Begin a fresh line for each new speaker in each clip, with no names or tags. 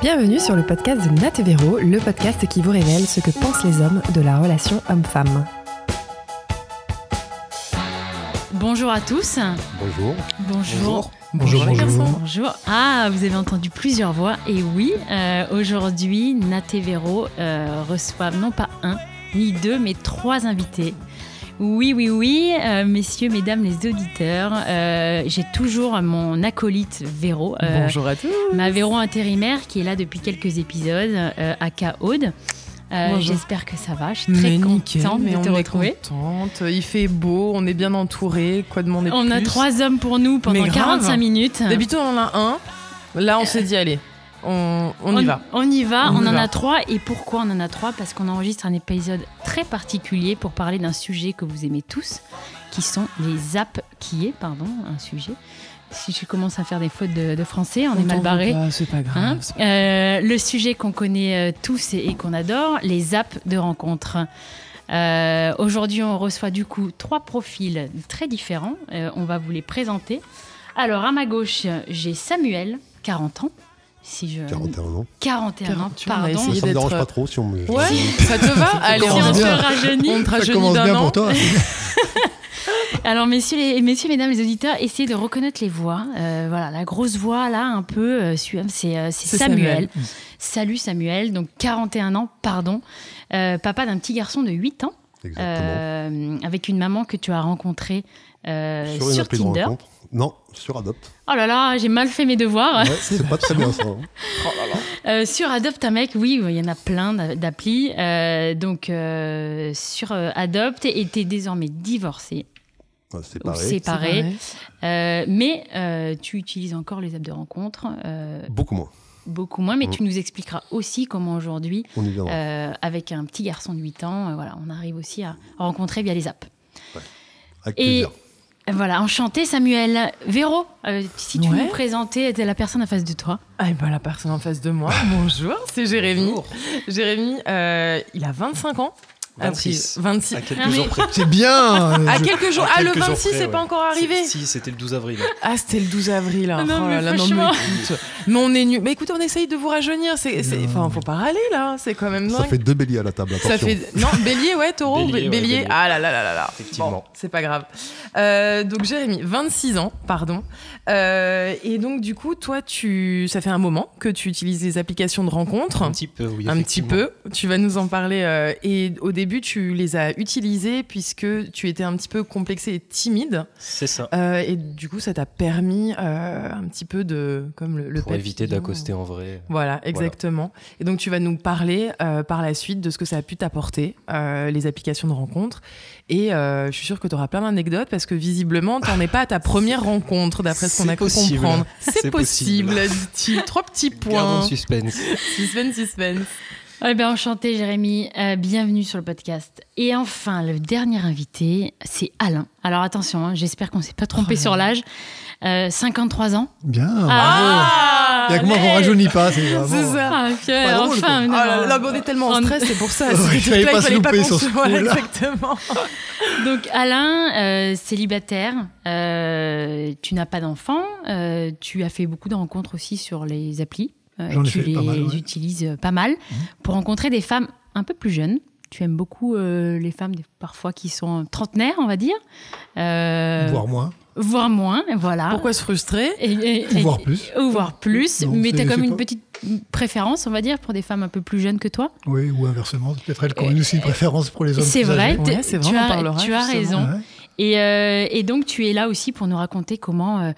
Bienvenue sur le podcast de Nat Véro, le podcast qui vous révèle ce que pensent les hommes de la relation homme-femme.
Bonjour à tous.
Bonjour.
Bonjour.
Bonjour, bonjour.
Bonjour. Ah, vous avez entendu plusieurs voix. Et oui, euh, aujourd'hui, Naté Véro euh, reçoit non pas un, ni deux, mais trois invités. Oui, oui, oui, euh, messieurs, mesdames les auditeurs, euh, j'ai toujours mon acolyte Véro. euh,
Bonjour à tous.
Ma Véro intérimaire qui est là depuis quelques épisodes, euh, aka Aude. Euh,
Bonjour.
J'espère que ça va. Je suis très
Mais nickel,
contente
mais
de te
on est
retrouver.
contente. Il fait beau, on est bien entouré. Quoi demander de
On
plus
a trois hommes pour nous pendant
grave.
45 minutes.
D'habitude, on en a un. Là, on s'est dit, allez, on, on y va.
On y va,
On
on,
y
en
va.
a trois. Et pourquoi on en a trois Parce qu'on enregistre un épisode très particulier pour parler d'un sujet que vous aimez tous, qui sont les apps, qui est, pardon, un sujet. Si je commence à faire des fautes de, de français, on, est mal barré.
Ah, C'est pas
Hein
grave.
Euh, le sujet qu'on connaît euh, tous et, et qu'on adore, les apps de rencontre. Euh, Aujourd'hui, on reçoit du coup trois profils très différents. Euh, on va vous les présenter. Alors, à ma gauche, j'ai Samuel, 40 ans. Si je...
41 ans.
41 ans,
41, on a
pardon.
Ça,
essayé.
ça me
d'être-
dérange pas trop si on me.
Ouais,
si-
ça te va Allez,
Si
on
on
commence
se
bien.
rajeunit.
on te
Ça
rajeunit
commence
d'un
bien
an.
pour toi.
Alors, messieurs, les, messieurs, mesdames les auditeurs, essayez de reconnaître les voix. Euh, voilà, la grosse voix, là, un peu, euh, su- c'est euh, c'est
C'est
Samuel. Salut Samuel, donc 41 ans, pardon. Euh, papa d'un petit garçon de 8 ans,
Exactement.
euh, avec une maman que tu as rencontrée euh, sur,
une appli de
Tinder.
rencontre. Non, sur Adopt.
Oh là là, j'ai mal fait mes devoirs.
Ouais, c'est pas très bien ça. hein.
Euh, sur Adopt un mec, oui, il y en a plein d'a- d'applis. Euh, donc, euh, sur euh, Adopt, et t'es désormais divorcé
Bah Ouais, C'est
ou
pareil.
séparé. Euh, mais euh, tu utilises encore les apps de rencontre, euh,
Beaucoup moins.
beaucoup moins, mais
Mm.
tu nous expliqueras aussi comment aujourd'hui,
On y viendra.
euh, avec un petit garçon de 8 ans, euh, voilà, on arrive aussi à rencontrer via les apps.
Avec
et-
plaisir.
Voilà, enchanté Samuel. Véro, euh, si tu
Ouais.
nous présentais t'es la personne en face de toi.
Ah, et ben, la personne en face de moi, bonjour, c'est Jérémy. Jérémy, euh, il a 25 ans. Ah, oui,
26.
26.
À quelques
Ah, mais-
jours près.
C'est bien
À
je-
quelques jours.
à
Ah, le
quelques jours
26,
près,
c'est pas
ouais.
encore arrivé.
Si, si, c'était le 12 avril.
Ah, c'était le 12 avril. hein.
Ah non,
Oh
mais
là là, non, mais
franchement.
écoute. Mais on est nus. Mais écoutez, on essaye de vous rajeunir. C'est, c'est- Enfin, faut pas râler là. hein. C'est quand même
Ça
dingue.
fait deux béliers à la table.
Ça
attention.
fait- Non, bélier, ouais, taureau, bé- bélier.
Bélier, ouais, bélier.
Ah là là là là là.
Effectivement.
Bon, c'est pas grave. Euh, donc, Jérémy, 26 ans, pardon. Euh, et donc, du coup, toi, tu... ça fait un moment que tu utilises les applications de rencontre.
Un petit peu, oui.
Un petit
effectivement.
peu, tu vas nous en parler. euh, et au début, tu les as utilisées puisque tu étais un petit peu complexé et timide.
C'est ça.
Euh, et du coup, ça t'a permis euh, un petit peu de. Comme le, le
Pour éviter
papillon.
d'accoster en vrai.
Voilà, exactement. Et donc, tu vas nous parler euh, par la suite de ce que ça a pu t'apporter, euh, les applications de rencontres. Et euh, je suis sûre que tu auras plein d'anecdotes parce que visiblement, tu n'en es pas à ta première rencontre, d'après ce qu'on a
C'est
pu
possible.
comprendre. C'est
C'est possible.
possible, dit-il. Trois petits
Gardons
points.
le suspense.
Suspense, suspense.
Eh bien, enchanté Jérémy, Euh, bienvenue sur le podcast. Et enfin, le dernier invité, c'est Alain. Alors attention, hein, j'espère qu'on s'est pas trompé
Oh là
sur
là.
l'âge. Euh, 53 ans.
Bien
Ah,
Il y a que moi,
allez
on rajeunit pas, c'est vraiment...
C'est ça.
Ah, Pierre,
Pas drôle, Ah
enfin,
Oh là là,
non.
là, on est tellement en
On-
stress, c'est pour ça.
Ouais,
C'était
il
toute
fallait
là,
pas
il
se
fallait pas
louper
qu'on
sur
se
ce
voit,
coup-là.
Exactement.
Donc Alain, euh, célibataire, euh, tu n'as pas d'enfant, euh, tu as fait beaucoup de rencontres aussi sur les applis. Euh,
J'en ai
tu
fait
les
pas mal, ouais. Mhm.
utilises euh, pas mal pour rencontrer des femmes un peu plus jeunes. Tu aimes beaucoup euh, les femmes des- parfois qui sont trentenaires, on va dire. Euh,
Voir moins,
voire moins, voilà.
Pourquoi se frustrer
et, et-
ou
et-
voir plus.
ou voir plus,
Non,
mais
c'est-
tu as quand
c'est
même une
pas-
petite préférence, on va dire, pour des femmes un peu plus jeunes que toi.
Oui, ou inversement. c'est Peut-être elle qui a aussi une préférence pour les hommes
Euh, C'est
plus
vrai,
âgés. Hein
t-
Ouais, c'est vrai,
tu,
on en
as,
parlera,
tu as
justement.
raison.
Ouais.
Et, euh, et donc, tu es là aussi pour nous raconter comment euh,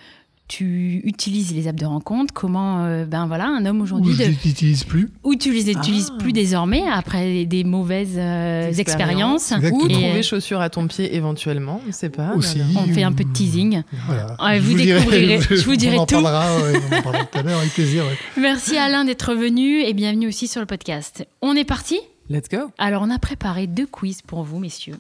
tu utilises les apps de rencontre, comment euh, ben voilà, un homme
Ou
aujourd'hui,
je
de-
l'utilise plus.
où tu les utilises
Ah.
plus désormais après des mauvaises euh,
Des
expériences.
Exactement.
Ou
Et- euh,
trouver chaussures à ton pied éventuellement, on sait pas.
Aussi.
voilà.
Ah, On fait un peu de teasing.
Voilà.
Ah, vous
direz-
découvrirez- je vous dirai
On en
tout.
parlera, ouais, on en parlera tout à l'heure avec plaisir. ouais.
Merci Alain d'être venu et bienvenue aussi sur le podcast. On est parti
Let's go.
Alors, on a préparé deux quiz pour vous, messieurs.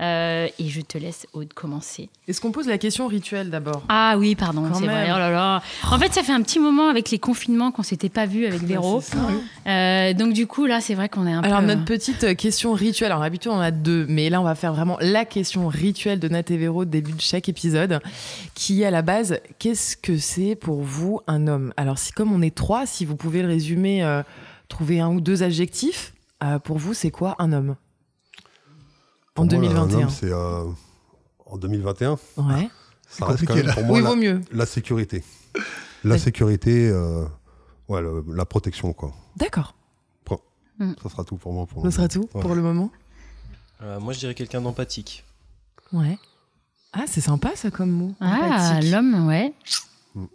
Euh, et je te laisse, Aude, commencer.
Est-ce qu'on pose la question rituelle d'abord
Ah oui, pardon,
Quand
c'est vrai.
même.
Oh là là. En fait, ça fait un petit moment avec les confinements qu'on s'était pas vu
Ah bah
avec Véro.
C'est ça, oui.
Euh, donc du coup, là, c'est vrai qu'on est un
Alors
peu...
notre petite euh, question rituelle, alors habitué on en a deux, mais là on va faire vraiment la question rituelle de Nat et Véro au début de chaque épisode, qui est à la base, qu'est-ce que c'est pour vous un homme Alors si comme on est trois, si vous pouvez le résumer, euh, trouver un ou deux adjectifs, euh, pour vous c'est quoi un homme En
Pour moi, un
2021
homme, c'est, euh, en 2021,
Ouais.
ça reste quand
compliqué,
même pour moi
Oui,
la-
vaut mieux.
la sécurité. La
Ouais.
sécurité, euh, ouais, le- la protection, quoi.
D'accord,
Ça sera tout pour moi. Pour
ce sera tout
Ouais.
pour le moment.
Euh, moi, je dirais quelqu'un d'empathique.
Ouais. Ah, c'est sympa ça comme mot.
Ah,
empathique.
l'homme, ouais.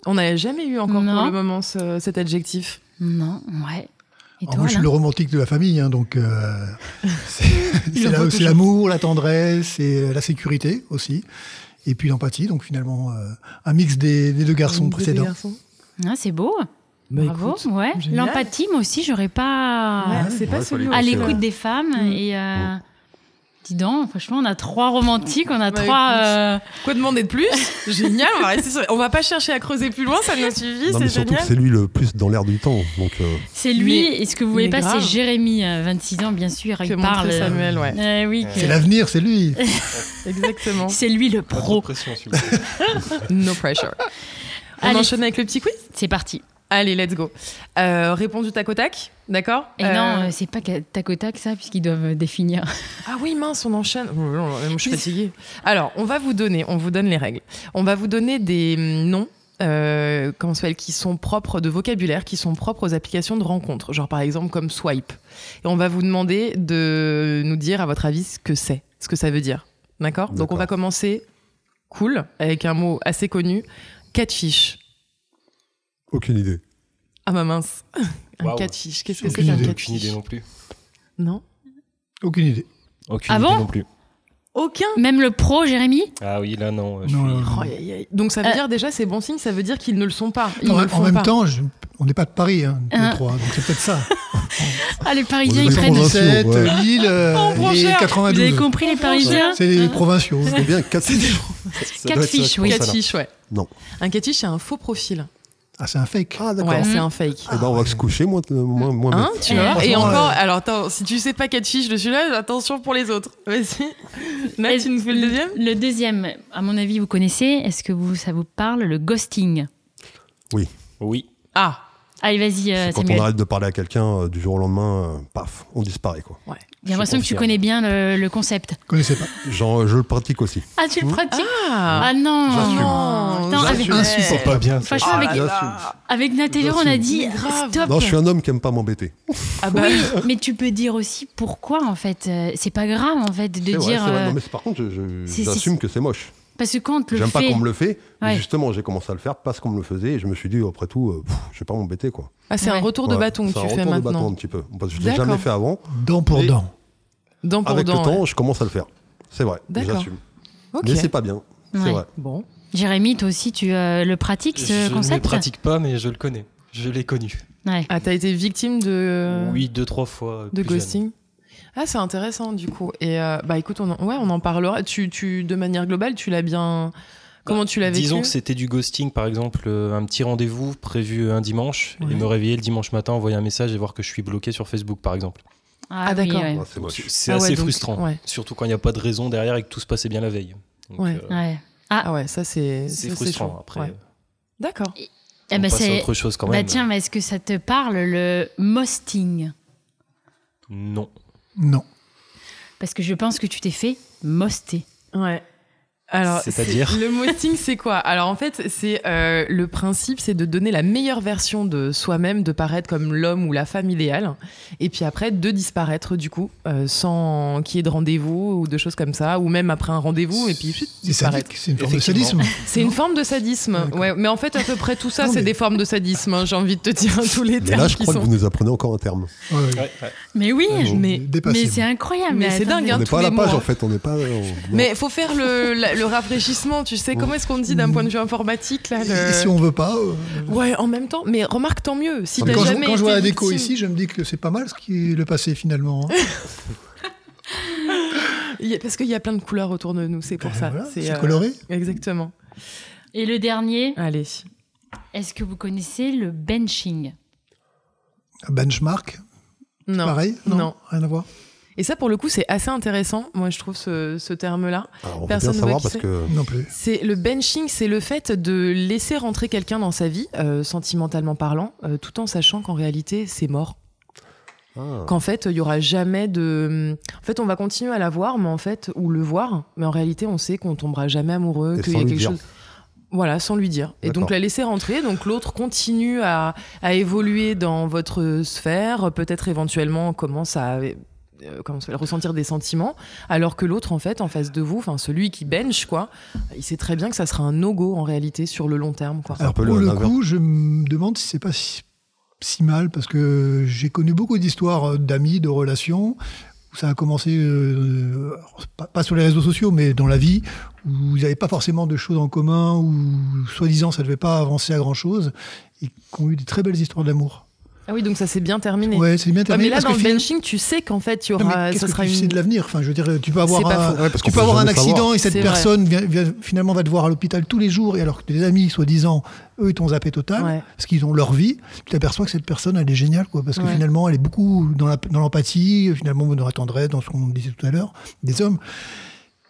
On n'a jamais eu encore
Non.
pour le moment ce- cet adjectif.
Non, ouais. Et toi,
Alors, Oh, moi, je suis
Alain
le romantique de la famille, hein, donc euh, c'est
Il
c'est
en
la-
faut
c'est
toujours.
l'amour, la tendresse et la sécurité aussi, et puis l'empathie. Donc finalement, euh, un mix des, des deux garçons
Des
précédents.
garçons.
Ah, C'est beau,
Bah,
bravo.
écoute,
ouais.
génial.
L'empathie, moi aussi, j'aurais
ouais,
pas...
c'est pas
Ah, Ouais, faut
celui
les
à
penser,
l'écoute
ouais.
des femmes.
Mm.
Et euh, dis donc, franchement, on a trois romantiques, on a
Bah,
trois...
écoute.
euh,
Quoi demander de plus Génial, on va, rester sur- on va pas chercher à creuser plus loin, ça nous a suivi,
Non,
c'est
mais surtout que
génial.
c'est lui le plus dans l'air du temps. Donc, euh,
C'est lui,
Mais-
et ce que vous voyez
mais
pas, c'est
grave.
Jérémy, euh, 26 ans, bien sûr,
Que
il
montrer
parle.
Samuel, ouais.
Euh, oui, que-
C'est l'avenir, c'est lui.
Exactement.
c'est lui le
Pas
pro.
trop de pression, s'il vous plaît.
No pressure. On
Allez.
enchaîne avec le petit quiz
C'est parti.
Allez, let's go. Euh, réponse du tac au tac, d'accord
Et
Euh,
non, euh, c'est pas que- tac au tac, ça, puisqu'ils doivent euh, définir.
Ah oui, mince, on enchaîne. Oh là là, Je suis fatiguée. Alors, on va vous donner, on vous donne les règles. On va vous donner des mm, noms. Euh, comment s'appelle, qui sont propres de vocabulaire, qui sont propres aux applications de rencontres, genre par exemple comme Swipe. Et on va vous demander de nous dire à votre avis ce que c'est, ce que ça veut dire. D'accord Donc on
D'accord.
va commencer cool avec un mot assez connu, catfish.
aucune idée.
Ah bah mince, un
Waouh.
catfish. Qu'est-ce que
Aucune
c'est qu'un
idée,
Aucune
catfish
idée non plus.
Non,
Aucune idée.
Aucune
Ah
idée
bon
non plus.
aucun.
Même le pro, Jérémy
Ah oui, là, non. euh, je
Non,
suis-
non,
Mmh.
Oh, aïe, aïe, aïe. Donc ça veut
Euh.
dire déjà c'est bon signe, ça veut dire qu'ils ne le sont pas. Ils
En,
ne le
en
font
même
pas.
temps, je- on n'est pas de Paris, hein, tous les
Hein.
trois, donc c'est peut-être ça.
Ah, les Parisiens,
On
ils
est
prennent.
provinciaux,
Vous
17,
ouais.
Lille euh,
Ah, On prend
et
cher.
avez
92.
compris, les Parisiens
C'est les
Ah.
Hein
provinciaux.
C'est bien 4 fiches.
Quatre fiches, oui.
Catfish, ouais.
Non.
Un catfish, c'est un faux profil.
Ah, c'est un fake.
Ah, d'accord.
Ouais,
Mm.
c'est un fake.
Eh ben, on va se coucher, moi, euh, moi, moi
Hein, tu vois Et
franchement,
encore,
euh,
alors attends, si tu sais pas catfish de celui-là, attention pour les autres. Vas-y. Nat,
Et
tu nous fais le deuxième
Le deuxième, à mon avis, vous connaissez. Est-ce que vous, ça vous parle Le ghosting.
Oui.
Ah,
Allez, vas-y, euh,
C'est quand
Samuel.
on arrête de parler à quelqu'un euh, du jour au lendemain, euh, paf, on disparaît quoi.
J'ai l'impression que tu
confirme.
connais bien le, le concept.
Je connaissais pas.
Genre, euh, je le pratique aussi.
Ah, tu le
Mmh.
pratiques Ah,
ah.
non
J'assume.
Attends,
J'assume.
avec,
Ouais.
Insupportable.
Pas bien.
Franchement,
Ah,
avec- avec Nat et Véro, on a dit
Grave.
stop.
Non, je suis un homme qui aime pas m'embêter.
Ah bah,
Oui, mais tu peux dire aussi pourquoi en fait. Euh, C'est pas grave en fait de
C'est vrai,
dire
c'est vrai.
euh,
Non, mais c'est- par contre, je- je-
si, si,
j'assume que c'est moche.
parce que quand on te le
J'aime pas
fait.
qu'on me le fait. mais
Ouais.
justement, j'ai commencé à le faire parce qu'on me le faisait et je me suis dit, après tout, euh, pff, je vais pas m'embêter quoi.
Ah, c'est un
Ouais.
retour de
Ouais,
bâton que
c'est un
tu fais
retour de bâton
maintenant.
un petit peu. Parce que je l'ai
D'accord.
jamais fait avant.
Dent pour
Et-
dent.
Dent pour
Avec le
dent. ouais.
temps, je commence à le faire. C'est vrai.
D'accord.
J'assume.
Ok.
Mais c'est pas bien.
Ouais.
C'est vrai.
Bon.
Jérémy, toi aussi, tu euh, le pratiques ce
je ne le
concept
pratique pas, mais je le connais. Je l'ai connu.
Ouais.
Ah, t'as été victime de.
Oui, deux, trois fois. euh,
De
plus jeune.
ghosting. Ah, c'est intéressant du coup. Et euh, bah écoute, on en, ouais, on en parlera. Tu, tu, de manière globale, tu l'as bien. Comment tu l'as vécu
Bah, Disons que c'était du ghosting, par exemple, euh, un petit rendez-vous prévu euh, un dimanche,
Ouais.
et me réveiller le dimanche matin, envoyer un message et voir que je suis bloqué sur Facebook, par exemple.
Ah,
Ah,
oui,
d'accord.
ouais.
Ouais, c'est moche.
C'est
Ah ouais,
assez
donc,
frustrant,
ouais.
surtout quand il n'y a pas de raison derrière et que tout se passait bien la veille. Donc,
Ouais.
euh,
Ouais.
Ah ouais, ça c'est.
c'est
ça,
frustrant.
chaud.
Après, euh,
Ouais. D'accord.
Eh
on
ben,
passe à
c'est-
autre chose quand
bah
même.
tiens, mais est-ce que ça te parle le mosting
Non.
Non.
Parce que je pense que tu t'es fait moster.
Ouais. Alors,
C'est-à-dire
c'est- Le moting, c'est quoi Alors, en fait, c'est euh, le principe, c'est de donner la meilleure version de soi-même, de paraître comme l'homme ou la femme idéale, et puis après de disparaître du coup, euh, sans qu'il y ait de rendez-vous ou de choses comme ça, ou même après un rendez-vous et puis chut,
C'est
disparaître.
sadique. C'est une forme de sadisme.
Effectivement.
C'est une forme de sadisme.
D'accord.
Ouais, mais en fait, à peu près tout ça,
Non,
c'est
mais-
des formes de sadisme. hein, J'ai envie de te dire tous les
Mais
termes
là, je
qui
crois que
sont.
vous nous apprenez encore un terme.
Ouais,
Ouais, ouais.
Mais oui,
Ouais,
mais-
mais
dépassé.
c'est incroyable.
Mais c'est
attendez.
dingue,
On
hein.
n'est
tous
pas à la
les
page
mois.
en fait. On n'est pas. euh, on-
Mais faut faire le, la- le rafraîchissement, tu sais. Comment est-ce qu'on dit d'un point de vue informatique là Ah, le-
Et si on veut pas. euh,
Ouais, en même temps. Mais remarque, tant mieux. Si
Quand
t'as
quand, je,
jamais
quand je
été
vois la déco
victime-
ici, je me dis que c'est pas mal ce qui est le passé finalement. hein.
Il y a- Parce qu'il y a plein de couleurs autour de nous, c'est pour
Ben
ça.
voilà, c'est
euh,
coloré.
Exactement.
Et le dernier,
Allez.
est-ce que vous connaissez le benching
Benchmark,
Non.
pareil
Non.
Rien à voir.
Et ça, pour le coup, c'est assez intéressant, moi, je trouve, ce, ce terme-là.
Alors, on peut
Personne
bien
ne
savoir
voit qui
parce que.
Non plus.
C'est le benching, c'est le fait de laisser rentrer quelqu'un dans sa vie, euh, sentimentalement parlant, euh, tout en sachant qu'en réalité, c'est mort.
Ah.
Qu'en fait, il y aura jamais de. En fait, on va continuer à la voir, mais en fait, ou le voir, mais en réalité, on sait qu'on tombera jamais amoureux,
Et
qu'il y
sans
a
lui
quelque
dire.
chose. Voilà, sans lui dire. Et donc
D'accord.
la laisser rentrer, donc l'autre continue à, à évoluer dans votre sphère, peut-être éventuellement commence à euh, comment ça s'appelle, ressentir des sentiments, alors que l'autre, en fait, en face de vous, enfin celui qui bench, quoi, il sait très bien que ça sera un no-go en réalité sur le long terme, quoi.
un
Alors
peu
pour
le-
le,
l'inverse.
coup, je me demande si c'est pas si, si mal parce que j'ai connu beaucoup d'histoires euh, d'amis, de relations où ça a commencé euh, alors, pas, pas sur les réseaux sociaux, mais dans la vie où ils n'avaient pas forcément de choses en commun où soi-disant ça devait pas avancer à grand chose et qui ont eu des très belles histoires d'amour.
Ah oui, donc ça s'est bien terminé.
Ouais, c'est bien
Ouais, mais
terminé
là,
parce
dans
que
le
finalement-
benching, tu sais qu'en fait, il y
Non, mais
aura,
qu'est-ce
ça
que
sera
tu sais
une
de l'avenir Enfin, je veux dire, tu peux
C'est
avoir
pas
un,
faux.
Ouais, parce qu'on
tu peux
peut
avoir un
jamais
accident
savoir.
et cette
C'est vrai.
personne vient- vient- finalement va te voir à l'hôpital tous les jours et alors que tes amis, soi-disant, eux, ils t'ont zappé total
Ouais.
parce qu'ils ont leur vie, tu t'aperçois que cette personne, elle est géniale, quoi, parce que
Ouais.
finalement, elle est beaucoup dans la- dans l'empathie, finalement, dans la tendresse, dans ce qu'on disait tout à l'heure, des hommes.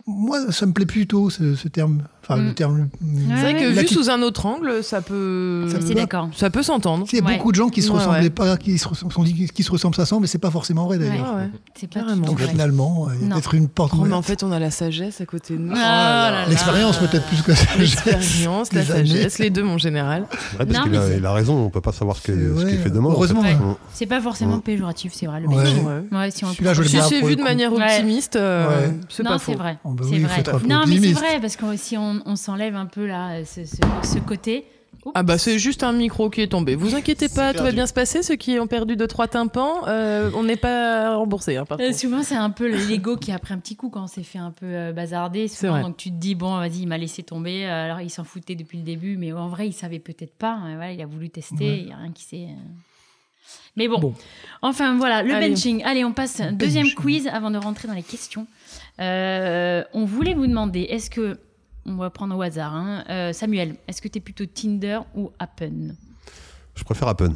Moi, ça me plaît plutôt, ce, ce terme. Enfin,
Mm.
le terme.
Ouais,
C'est vrai que
La
vu
qui-
sous un autre angle, ça peut.
Ça
C'est
peut-
d'accord.
Ça peut s'entendre.
Il y a
Ouais.
beaucoup de gens qui se
Ouais,
ressemblaient
ouais.
pas, qui se, ressemblent- sont dit qui se ressemblent, ça semble, mais c'est pas forcément vrai d'ailleurs.
Ah ouais.
C'est pas
Carrément.
tout
Donc
vrai.
finalement, euh, il y a
Non.
peut-être une porte.
Oh, mais en
ouverte.
fait, on a la sagesse à côté de nous.
Oh là là.
L'expérience peut-être plus que ça.
L'expérience, la
Les années.
sagesse, les deux, mon général.
Ouais, parce
Non,
qu'il
mais c'est-
a, il a raison, on peut pas savoir ce que-
C'est
ce qu'il
vrai,
fait demain. en fait.
heureusement.
Ouais.
Mm.
C'est pas forcément péjoratif, c'est vrai. Le
Ouais.
benching.
Ouais.
Ouais, si on le
Celui-là, je le
Si
garde
c'est
pour
vu
le
de
coup.
manière
Ouais.
optimiste, euh,
Ouais.
c'est
non,
pas
c'est
faux.
vrai.
Oh, bah
c'est
oui, il faut
vrai.
être un peu
Non, mais c'est
optimiste.
vrai, parce que si on, on s'enlève un peu là, ce, ce- ce côté. Oups.
Ah bah c'est juste un micro qui est tombé. Vous inquiétez pas, tout va bien se passer. Ceux qui ont perdu deux trois tympans, euh, on n'est pas remboursé. Hein, par
Euh,
contre.
souvent, c'est un peu l'ego qui a pris un petit coup quand on s'est fait un peu euh, bazarder.
C'est
Souvent,
vrai.
donc tu te dis, bon, vas-y, il m'a laissé tomber. Euh, Alors, il s'en foutait depuis le début, mais en vrai, il savait peut-être pas. Euh, Voilà, il a voulu tester, il n'y a rien qui s'est. euh. Mais bon.
Bon.
Enfin, voilà, le
Allez.
benching. Allez, on passe.
Benching.
Deuxième quiz avant de rentrer dans les questions. Euh, on voulait vous demander, est-ce que. On va prendre au hasard. hein. Euh, Samuel, est-ce que tu es plutôt Tinder ou Appen
Je préfère Appen.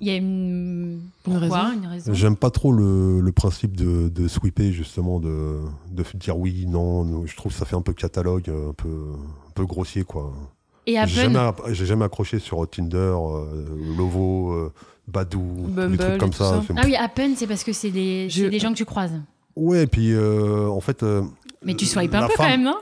Il y a une,
Une raison.
Pourquoi Une raison.
J'aime pas trop le, le principe de, de sweeper, justement, de, de dire oui, non, non. Je trouve que ça fait un peu catalogue, euh, un peu, un peu grossier, quoi.
Et
J'ai jamais,
Appen,
app- j'ai jamais accroché sur Tinder, euh, Lovo, euh, Badou,
Bumble
des
et
trucs comme
tout
ça.
ça.
C'est-
Ah oui, à peine, c'est parce que c'est des,
Je-
c'est des gens que tu croises.
Ouais, et puis euh, en fait. euh,
Mais tu
euh,
swipes un
la
peu
femme-
quand même, non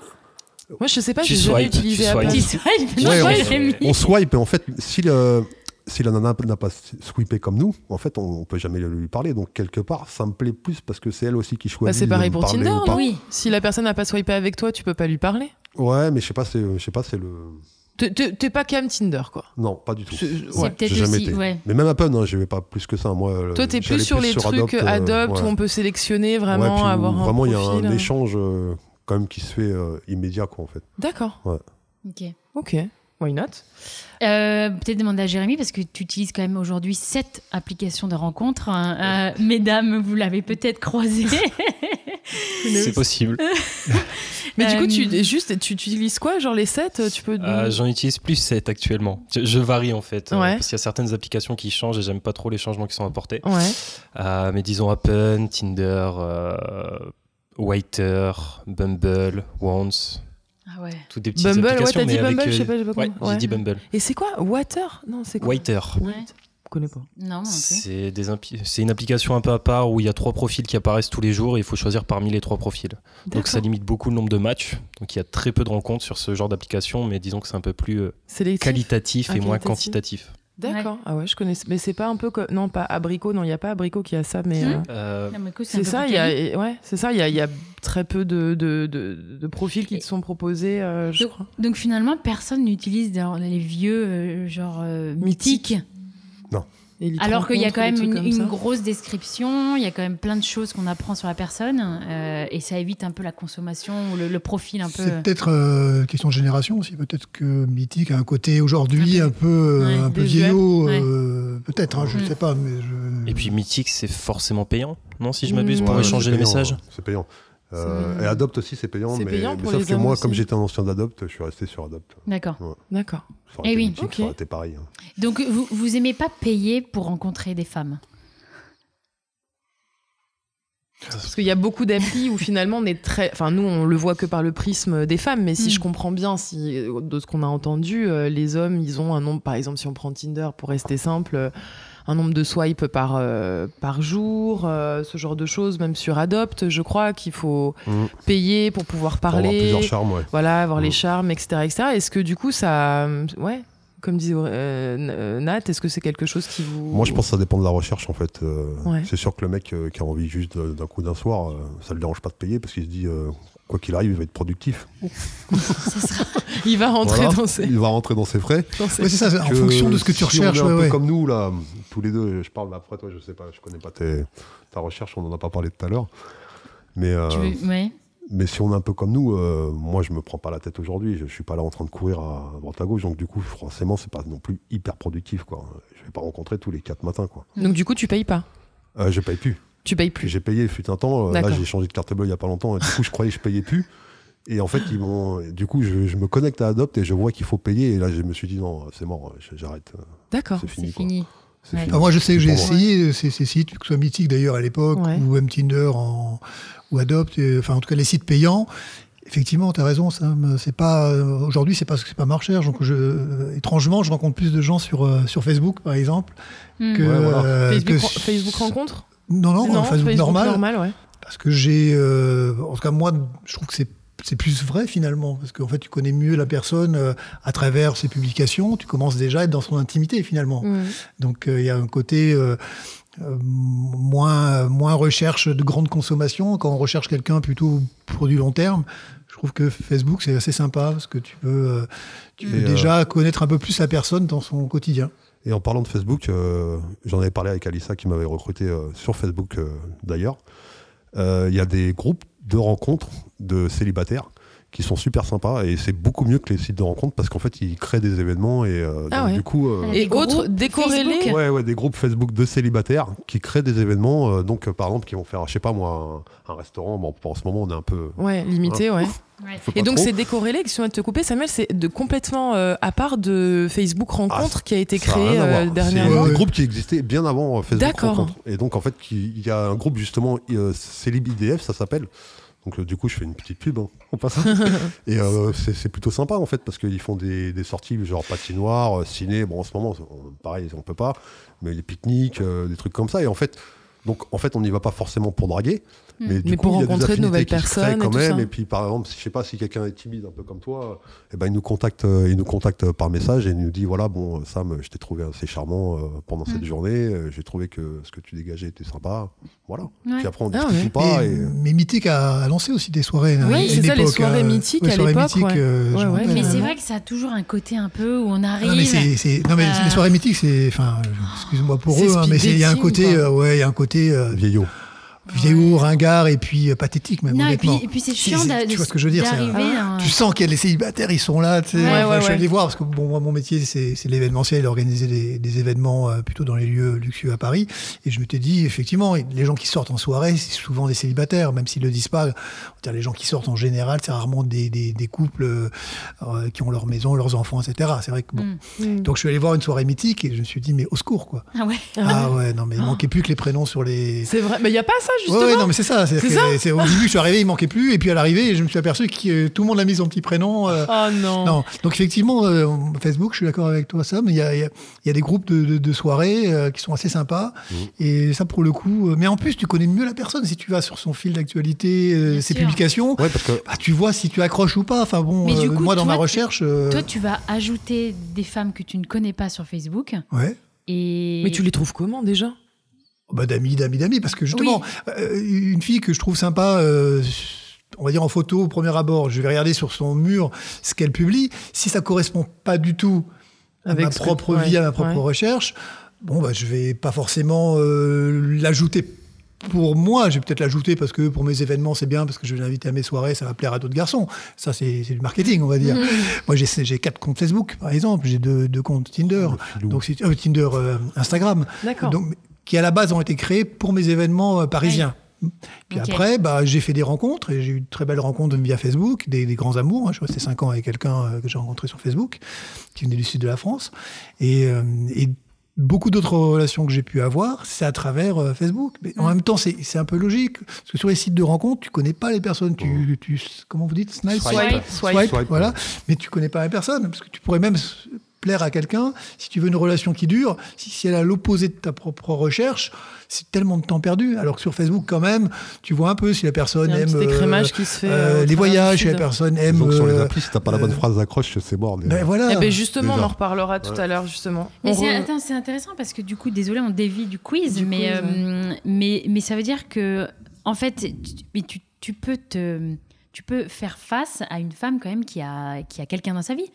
Moi je sais pas,
Tu
j'ai jamais
swipes, tu
utilisé
swipes.
Apple.
Tu swipes
Ouais,
Non,
on-
je l'ai mis.
On swipe, et en fait, si, le- si la nana n'a pas sweepé comme nous, en fait, on, on peut jamais lui parler. Donc, quelque part, ça me plaît plus parce que c'est elle aussi qui
Bah,
choisit.
c'est
de
pareil
me
pour
parler
Tinder,
ou pas.
non
Oui.
Si la personne n'a pas swipé avec toi, tu peux pas lui parler.
Ouais, mais je sais pas, c'est, je sais pas, c'est le.
T'es- T'es t'es pas cam Tinder quoi.
Non, pas du tout.
C'est-
C'est
ouais.
peut-être
J'ai jamais
aussi,
été.
ouais.
Mais même à peine, hein, je vais pas plus que ça. Moi, euh,
Toi, t'es
j'allais
plus sur les trucs
euh,
Adopt, où
ouais.
on peut sélectionner
Ouais,
vraiment,
puis où
avoir un
Vraiment, il y a
profil.
un échange euh, quand même qui se fait euh, immédiat, quoi, en fait.
D'accord.
Ok.
Ok. Why not
Euh, peut-être demander à Jérémy, parce que tu utilises quand même aujourd'hui sept applications de rencontres. hein. Euh, mesdames, vous l'avez peut-être croisé.
C'est possible.
Mais du
Euh,
coup, tu juste, tu utilises quoi Genre les 7 Tu peux.
Euh, J'en utilise plus 7 actuellement. Je, je varie en fait. euh,
Ouais. Oh.
parce qu'il y a certaines applications qui changent et j'aime pas trop les changements qui sont apportés.
Ouais.
Euh, mais disons Appen, Tinder, euh, Whiter, Bumble, Wands,
ah ouais.
toutes des petites
Bumble, ouais,
applications.
t'as dit
mais avec,
Bumble, je sais
euh,
pas, j'ai pas
Ouais,
compris.
j'ai
Ouais.
dit Bumble.
Et c'est quoi Water Non, c'est quoi Ah,
Whiter.
Ouais.
Je connais pas.
Non, non plus.
C'est des impi- c'est une application un peu à part où il y a trois profils qui apparaissent tous les jours et il faut choisir parmi les trois profils. Donc ça
D'accord.
limite beaucoup le nombre de matchs. Donc il y a très peu de rencontres sur ce genre d'application, mais disons que c'est un peu plus euh,
Sélectif.
qualitatif
Ah,
et moins
qualitatif.
quantitatif.
D'accord. Ah ouais, je connais. Mais c'est pas un peu comme. Non, pas Abricot. Non, il y a pas Abricot qui a ça, mais.
Hmm.
euh,
Euh,
Non, mais écoute,
C'est
un peu
ça,
plus
il y a,
calme.
et- ouais, c'est ça, il y a, il y a très peu de, de, de, de profils qui te sont proposés, euh, je
Donc-
crois.
Donc finalement, personne n'utilise dans les vieux, euh, genre, euh,
Mythique.
mythiques.
Et les
Alors qu'il y a
rencontres,
quand
les
même
trucs
une,
comme
une
ça.
grosse description, il y a quand même plein de choses qu'on apprend sur la personne euh, et ça évite un peu la consommation ou le, le profil un peu.
C'est peut-être euh, question de génération aussi. Peut-être que Mythique a un côté aujourd'hui un peu,
Ouais,
euh, un peu
désuet.
vieillot. euh, Peut-être, hein, je ne
Mm.
sais pas. Mais je...
Hmm.
Et puis Mythique, c'est forcément payant, non Si je m'abuse,
Mm.
pour
Ouais,
échanger
c'est
les
payant,
messages.
hein, C'est payant. Euh, et Adopt aussi, c'est payant,
C'est
mais,
payant
mais
pour
sauf
les
que
hommes
moi,
aussi.
comme j'étais un ancien d'Adopt, je suis resté sur Adopt.
D'accord.
D'accord.
Ça aurait
Eh
été
oui.
mythique, ça
Ok.
aurait été pareil. hein.
Donc, vous, vous aimez pas payer pour rencontrer des femmes
Parce qu'il y a beaucoup d'applis où finalement on est très. Enfin, nous, on le voit que par le prisme des femmes, mais si
Mm.
je comprends bien si, de ce qu'on a entendu, euh, les hommes, ils ont un nombre. Par exemple, si on prend Tinder pour rester simple, euh, un nombre de swipes par, euh, par jour, euh, ce genre de choses, même sur Adopt, je crois qu'il faut
Mm.
payer pour pouvoir
Pour avoir
parler.
plusieurs charmes, ouais.
voilà, avoir les
Mm.
charmes, etc. etc. Est-ce que du coup, ça. Ouais, comme disait euh, N- euh, Nat, est-ce que c'est quelque chose qui vous.
Moi, je pense que ça dépend de la recherche, en fait. Euh,
Ouais.
C'est sûr que le mec euh, qui a envie juste de- d'un coup d'un soir, euh, ça le dérange pas de payer parce qu'il se dit, euh, quoi qu'il arrive, il va être productif.
Ça sera-
Il va rentrer
Voilà.
dans ses.
Il va rentrer dans ses frais.
dans ses-
Ouais, c'est ça, c'est en
Que
fonction de ce que
si
tu recherches.
On est un
ouais,
peu
ouais.
comme nous, là, tous les deux, je parle après toi, je sais pas, je connais pas tes- ta recherche, on en a pas parlé tout à l'heure. Mais, euh,
Tu veux- ouais.
mais si on est un peu comme nous, euh, moi, je me prends pas la tête aujourd'hui. Je, je suis pas là en train de courir à droite à gauche, donc du coup, forcément, c'est pas non plus hyper productif, quoi. Je vais pas rencontrer tous les quatre matins, quoi.
Donc du coup, tu payes pas.
Euh, je paye plus.
Tu payes
Puis
plus.
j'ai payé, fut un temps. euh, Là,
D'accord.
j'ai changé de carte bleue il y a pas longtemps. Et du coup, je croyais que je payais plus. Et en fait, ils m'ont. Du coup, je, je me connecte à Adopt et je vois qu'il faut payer. Et là, je me suis dit non, c'est mort, je- j'arrête. euh,
D'accord.
C'est
C'est
fini. quoi.
fini.
C'est
Ouais.
fini.
Enfin, Ah, moi, je sais que j'ai
Pour moi.
essayé euh, ces, ces sites, que ce soit Mythique d'ailleurs à l'époque,
Ouais.
ou même Tinder en- ou Adopt, euh, enfin en tout cas les sites payants. Effectivement, tu as raison, Sam, c'est pas euh, aujourd'hui, c'est pas c'est pas ma recherche. Donc je, euh, étrangement, je rencontre plus de gens sur euh, sur Facebook par exemple
Hmm.
que
Ouais, voilà.
euh,
Facebook,
que
ren-
su-
Facebook rencontre
Non non, Facebook, normal,
ouais.
parce que j'ai euh, en tout cas moi, je trouve que c'est c'est plus vrai finalement, parce qu'en fait tu connais mieux la personne euh, à travers ses publications, tu commences déjà à être dans son intimité
Mm.
finalement. Donc euh, il y a un côté euh, euh, moins, moins recherche de grande consommation. Quand on recherche quelqu'un plutôt pour du long terme, je trouve que Facebook, c'est assez sympa parce que tu peux, euh, tu
Et,
peux
euh,
déjà connaître un peu plus la personne dans son quotidien.
Et en parlant de Facebook, euh, j'en avais parlé avec Alissa qui m'avait recruté euh, sur Facebook euh, d'ailleurs. Euh, Il y a des groupes de rencontres de célibataires qui sont super sympas et c'est beaucoup mieux que les sites de rencontres parce qu'en fait ils créent des événements et euh,
Ah
donc,
ouais.
du coup euh,
Ouais.
Et
Des
autres
groupes
décorrélés.
Facebook.
Ouais, ouais, des groupes Facebook de célibataires qui créent des événements, euh, donc euh, par exemple qui vont faire, je sais pas moi, un, un restaurant. Bon, en ce moment, on est un peu. hein,
Ouais, limité, ouais.
Ouais.
faut pas
Et donc
trop.
c'est décorrélé, excuse-moi de te couper, Samuel, c'est de complètement euh, à part de Facebook
Ah,
rencontre qui a été
Ça a
créé
rien à
euh,
voir. C'est
dernièrement.
un groupe qui existait bien avant euh, Facebook
D'accord.
Rencontre. Et donc en fait, qui- il y a un groupe justement euh, CélibIDF, ça s'appelle. Donc euh, du coup, je fais une petite pub hein, au passage. Et euh, c'est c'est plutôt sympa en fait parce qu'ils font des, des sorties genre patinoire, euh, ciné. Bon, en ce moment, on- pareil, on peut pas. Mais les pique-niques, euh, des trucs comme ça. Et en fait. Donc en fait on n'y va pas forcément pour draguer,
Mm.
mais, du
Mais
coup,
pour
il y a des
rencontrer de
affinités
nouvelles
qui se créent
personnes et
quand
tout
même.
ça.
Et puis par exemple, si- je sais pas si quelqu'un est timide un peu comme toi, eh ben, il nous contacte, euh, il nous contacte euh, par message et il nous dit voilà bon euh, Sam, je t'ai trouvé assez charmant euh, pendant
Mm.
cette journée, euh, j'ai trouvé que ce que tu dégageais était sympa, voilà.
Ouais.
Puis après on
Ah
discute
ouais.
ou pas.
mais,
et- euh,
mais Mythique a, a lancé aussi des soirées. hein,
Oui,
à une
c'est ça, les
époque,
soirées
euh,
mythiques
ouais,
à
soirées
l'époque,
mythiques,
ouais.
euh, je
Ouais,
me
ouais,
rappelle,
Mais c'est
ouais.
vrai que ça a toujours un côté un peu où on
Ah Non mais,
arrive.
c'est, c'est- non, mais
Euh,
les soirées mythiques, c'est, enfin, euh, excuse-moi pour
C'est
eux, hein, mais
speed
c'est- il y a un
dating,
côté,
quoi.
euh, ouais, il y a un côté euh,
Vieillot.
vieillot, ringard et puis euh, pathétique même.
Non, et
honnêtement.
puis, et puis c'est
Si,
chiant
si,
d'a-
Tu
de-
vois ce que je veux dire c'est un-
d'arriver à un-
Tu sens qu'il y a des célibataires, ils sont là. tu sais.
Ouais,
Enfin,
ouais,
je suis
ouais.
allé voir parce que bon, moi, mon métier, c'est, c'est l'événementiel, organiser des, des événements euh, plutôt dans les lieux luxueux à Paris. Et je me suis dit, effectivement, les gens qui sortent en soirée, c'est souvent des célibataires, même s'ils le disent pas. C'est-à-dire, Les gens qui sortent en général, c'est rarement des, des- des couples euh, euh, qui ont leur maison, leurs enfants, etc. C'est vrai que bon,
Mm.
donc je suis allé voir une soirée mythique et je me suis dit mais au secours quoi.
Ah ouais. Oh.
Ah ouais non mais il manquait plus que les prénoms sur les.
C'est vrai, mais il y a pas ça
Ouais,
justement.
ouais non mais c'est ça. C'est-à-dire
C'est
que c'est- au début je suis arrivé il manquait plus et puis à l'arrivée je me suis aperçu que euh, tout le monde a mis son petit prénom. euh,
Oh non.
Non, donc effectivement, euh, Facebook, je suis d'accord avec toi, Sam, il y a, il y a- il y a des groupes de, de- de soirées euh, qui sont assez sympas. Et ça, pour le coup, euh, mais en plus, tu connais mieux la personne si tu vas sur son fil d'actualité, euh,
Bien
ses
sûr.
publications.
Ouais parce que
Bah, tu vois si tu accroches ou pas. Enfin bon,
Mais du
euh,
coup,
moi, dans
toi,
ma
tu-
recherche. euh,
Toi, tu vas ajouter des femmes que tu ne connais pas sur Facebook
ouais.
et.
Mais tu les trouves comment déjà
bah, d'amis, d'amis, d'amis, parce que justement, euh, une fille que je trouve sympa, euh, on va dire en photo au premier abord, je vais regarder sur son mur ce qu'elle publie. Si ça correspond pas du tout à
Avec
ma
ce que-
propre
ouais,
vie, à ma propre
ouais.
recherche, bon, bah, je vais pas forcément euh, l'ajouter. Pour moi, je vais peut-être l'ajouter parce que pour mes événements, c'est bien, parce que je vais l'inviter à mes soirées, ça va plaire à d'autres garçons. Ça, c'est c'est du marketing, on va dire. Moi, j'ai j'ai quatre comptes Facebook, par exemple, j'ai deux, deux comptes Tinder.
filou.
Donc, c'est euh, Tinder, euh, Instagram.
D'accord.
Donc, qui à la base ont été créés pour mes événements euh, parisiens. Puis
Ok.
après, bah, j'ai fait des rencontres et j'ai eu de très belles rencontres via Facebook, des, des grands amours. hein. Je suis resté 5 ans avec quelqu'un euh, que j'ai rencontré sur Facebook, qui venait du sud de la France. Et, euh, et beaucoup d'autres relations que j'ai pu avoir, c'est à travers euh, Facebook. Mais en même temps, c'est c'est un peu logique. Parce que sur les sites de rencontres, tu connais pas les personnes. Tu, tu, comment vous dites Snipe
Swipe.
Swipe,
Swipe,
swipe.
Swipe,
voilà.
ouais.
Mais tu connais pas la personne, parce que tu pourrais même s- plaire à quelqu'un, si tu veux une relation qui dure, si, si elle est à l'opposé de ta propre recherche, c'est tellement de temps perdu. Alors que sur Facebook, quand même, tu vois un peu si la
Il
personne
y a un
aime
petit
euh,
écrémage qui se fait.
euh,
euh, au travers
les
du
voyages, si la
sud.
personne
Les
aime...
gens qui sont les euh,
euh,
applis, si t'as pas la bonne
euh,
phrase d'accroche, c'est mort. déjà.
ben voilà.
Eh ben justement,
Déjà.
on en reparlera tout à l'heure, justement.
Mais
On
c'est,
re-
attends, c'est intéressant parce que du coup, désolé, on dévie du quiz,
Du
mais,
quiz,
euh, mais, mais ça veut dire que, en fait, tu, mais tu, tu peux te, tu peux faire face à une femme quand même qui a, qui a quelqu'un dans sa vie.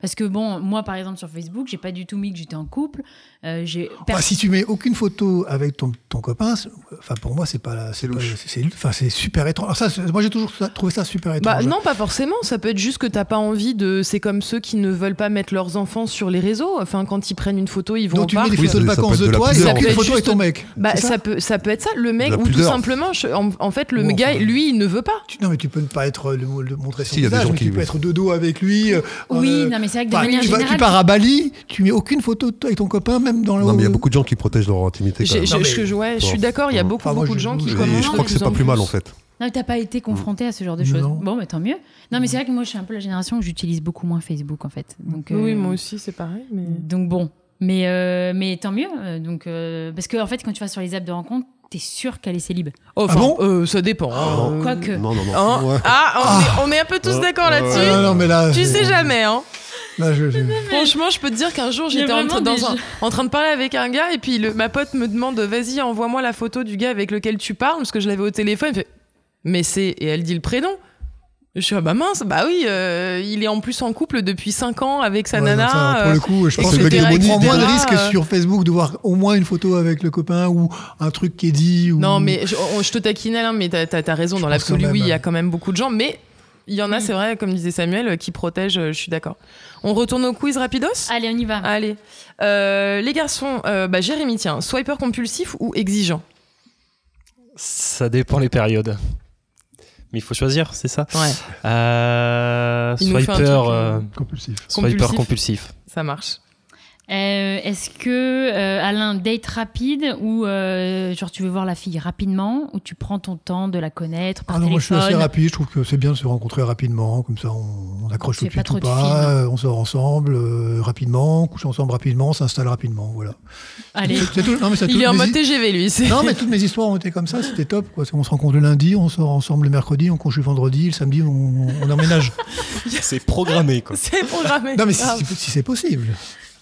Parce que bon, moi par exemple sur Facebook, j'ai pas du tout mis que j'étais en couple. euh, j'ai
Enfin, Ah, si tu mets aucune photo avec ton, ton copain, c'est- enfin pour moi c'est pas la-
C'est
c'est pas-
louche.
c'est- c'est- enfin c'est super étrange. Alors ça, c'est- moi j'ai toujours ça- trouvé ça super
Bah
étrange.
non, pas forcément. Ça peut être juste que t'as pas envie de. C'est comme ceux qui ne veulent pas mettre leurs enfants sur les réseaux. Enfin, quand ils prennent une photo, ils vont au
Donc tu mets
parc.
des
Oui,
photos de
ça peut
vacances
être
de
de la
toi et
pudeur,
aucune
en fait.
photo avec ton mec.
Bah,
C'est
ça, peut, ça peut être ça. Le mec,
La
ou tout
pudeur.
simplement, je- en, en fait, le
Ou
gars,
enfin-
lui, il ne veut pas.
Tu- Non, mais tu peux ne pas être euh, le, le montrer son
Si, il y a des
visage,
gens
mais
qui-
tu peux être de dos avec lui. euh,
Oui,
euh,
non, mais c'est vrai que de
enfin,
manière
tu, vas- tu
générale,
pars à Bali, tu mets aucune photo de toi avec ton copain, même dans le.
Non, mais il y a beaucoup de gens qui protègent leur intimité. quand
J'ai-
même.
j'ai-
Non, mais-
je, ouais, je suis d'accord, il y a
Enfin,
beaucoup,
moi,
beaucoup de
je-
gens qui
je-
commencent.
Et je crois
de
que c'est
plus
pas plus mal en
plus.
fait.
Non, mais t'as pas été confronté à ce genre de
Non.
choses. Bon, mais tant mieux. Non, mais c'est vrai que moi, je suis un peu la génération où j'utilise beaucoup moins Facebook, en fait. Donc, euh,
Oui, moi aussi, c'est pareil. Mais...
Donc bon, mais, euh, mais tant mieux. euh, Donc, euh, parce que en fait, quand tu vas sur les apps de rencontre, t'es sûr qu'elle est célib.
Ah
Enfin,
bon
euh, ça dépend. hein.
non.
Euh,
Quoique.
Non, non, non.
hein.
Ah, Ouais.
Ah, on est- on est un peu tous
Ouais.
d'accord
Ouais,
là-dessus.
ouais,
Ah, non, mais là.
Tu
euh,
sais jamais, hein.
Là, je, je-
Franchement, je peux te dire qu'un jour,
Il y a
j'étais en,
vraiment
train- dans
des
un-
jeux.
en train de parler avec un gars, et puis le- ma pote me demande Vas-y, envoie-moi la photo du gars avec lequel tu parles, parce que je l'avais au téléphone. Elle fait, Mais c'est. Et elle dit le prénom. Je suis Ah bah mince, bah oui, euh, il est en plus en couple depuis 5 ans avec sa
ouais,
nana.
non, ça, pour
euh,
le coup, je
et
pense que
que
le
t'es
mec
réactif,
prend moins de
etc.,
risques
euh.
sur Facebook de voir au moins une photo avec le copain ou un truc qui est dit. Ou...
Non, mais je, on- je te taquine, Alain, mais t'as as, raison.
mm. Je
Dans
pense
l'absolu,
quand même,
oui, il y a
euh.
quand même beaucoup de gens, mais il y en
Mm.
a, c'est vrai, comme disait Samuel, euh, qui protègent, euh, je suis d'accord. On retourne au quiz rapidos
Allez, on y
Ah.
va.
Allez. Euh, les garçons, euh, bah, Jérémy, tiens, swiper compulsif ou exigeant
Ça dépend les périodes. Mais il faut choisir, c'est ça
Ouais,
euh,
Il nous fait
Swiper,
un truc,
euh,
euh,
Compulsif.
swiper
compulsif.
compulsif.
ça marche.
Euh, Est-ce que euh, Alain date rapide ou euh, genre tu veux voir la fille rapidement ou tu prends ton temps de la connaître par
Ah non, moi je suis
téléphone
assez rapide, je trouve que c'est bien de se rencontrer rapidement, comme ça on, on accroche
Tu
tout de
fais pas
suite ou
trop de films.
pas, euh, on sort ensemble euh, rapidement, on couche ensemble rapidement, on s'installe rapidement, voilà.
Allez.
C'est tout- non, mais c'est
Il
toutes
est en
mes
mode
i-
TGV, lui. c'est-
Non, mais toutes mes histoires ont été comme ça, c'était top. Quoi. On se rencontre le lundi, on sort ensemble le mercredi, on couche le vendredi, le samedi, on, on emménage.
C'est programmé, quoi.
C'est programmé.
Non, mais si,
grave.
si- si c'est possible.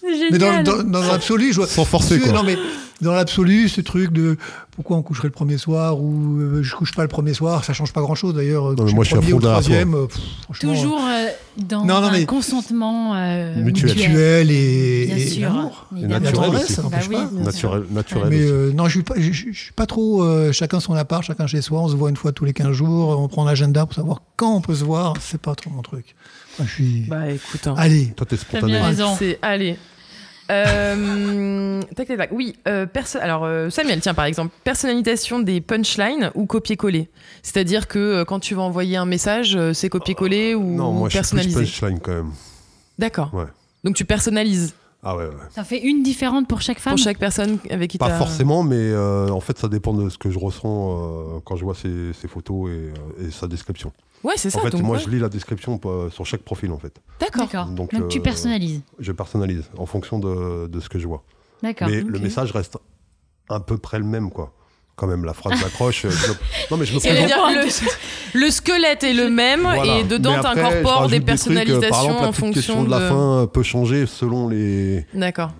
Génial.
Mais dans, dans- dans l'absolu, je vois.
Sans forcer, quoi.
Non, mais dans l'absolu, ce truc de pourquoi on coucherait le premier soir ou euh, je couche pas le premier soir, ça change pas grand chose d'ailleurs.
mais
coucher
moi,
le
je suis à
premier
fond
ou le
derrière toi.
troisième, euh, pff, franchement,
Toujours euh, dans
Non, non,
un
mais-
consentement euh,
Mutuel.
mutuel et,
Bien
et
sûr.
l'amour.
Et
Et
d'amour.
naturel
Ouais,
aussi.
ça n'empêche
Bah oui,
pas.
bien sûr.
Naturel, naturel.
Mais
aussi.
euh, non, je suis pas, je, je- je suis pas trop. euh, chacun son appart, chacun chez soi. On se voit une fois tous les 15 jours. On prend l'agenda pour savoir quand on peut se voir. C'est pas trop mon truc. Moi, je suis.
Bah écoute, hein.
Allez.
Toi, t'es
T'as bien
spontané.
raison.
c'est. Allez. Euh, tac, tac, tac. Oui, euh, perso- alors euh, Samuel, tiens par exemple, personnalisation des punchlines ou copier-coller. C'est-à-dire que euh, quand tu vas envoyer un message, euh, c'est copier-coller ou
Non, moi, je suis plus
personnalisé.
punchline quand même.
D'accord.
Ouais.
Donc tu personnalises
Ah ouais, ouais.
Ça fait une différente pour chaque femme.
pour chaque personne avec qui tu
Pas forcément, mais euh, en fait, ça dépend de ce que je ressens euh, quand je vois ses, ses photos et, euh, et sa description.
Ouais, c'est ça.
en fait,
donc,
moi,
ouais.
je lis la description euh, sur chaque profil, en fait.
D'accord.
D'accord. Donc,
Donc,
tu
euh,
personnalises.
Je personnalise en fonction de, de ce que je vois.
D'accord.
Mais
Ok.
le message reste à peu près le même, quoi. Quand même, la phrase d'accroche. euh, je me- Non, mais je me
Ça veut
présente.
dire le, le squelette est le même
Voilà.
et dedans
Mais après, je
t'incorpores
rajoute
des
trucs, euh,
personnalisations
par exemple, la
en
petite
fonction
question de la fin euh, peut changer selon les
D'accord.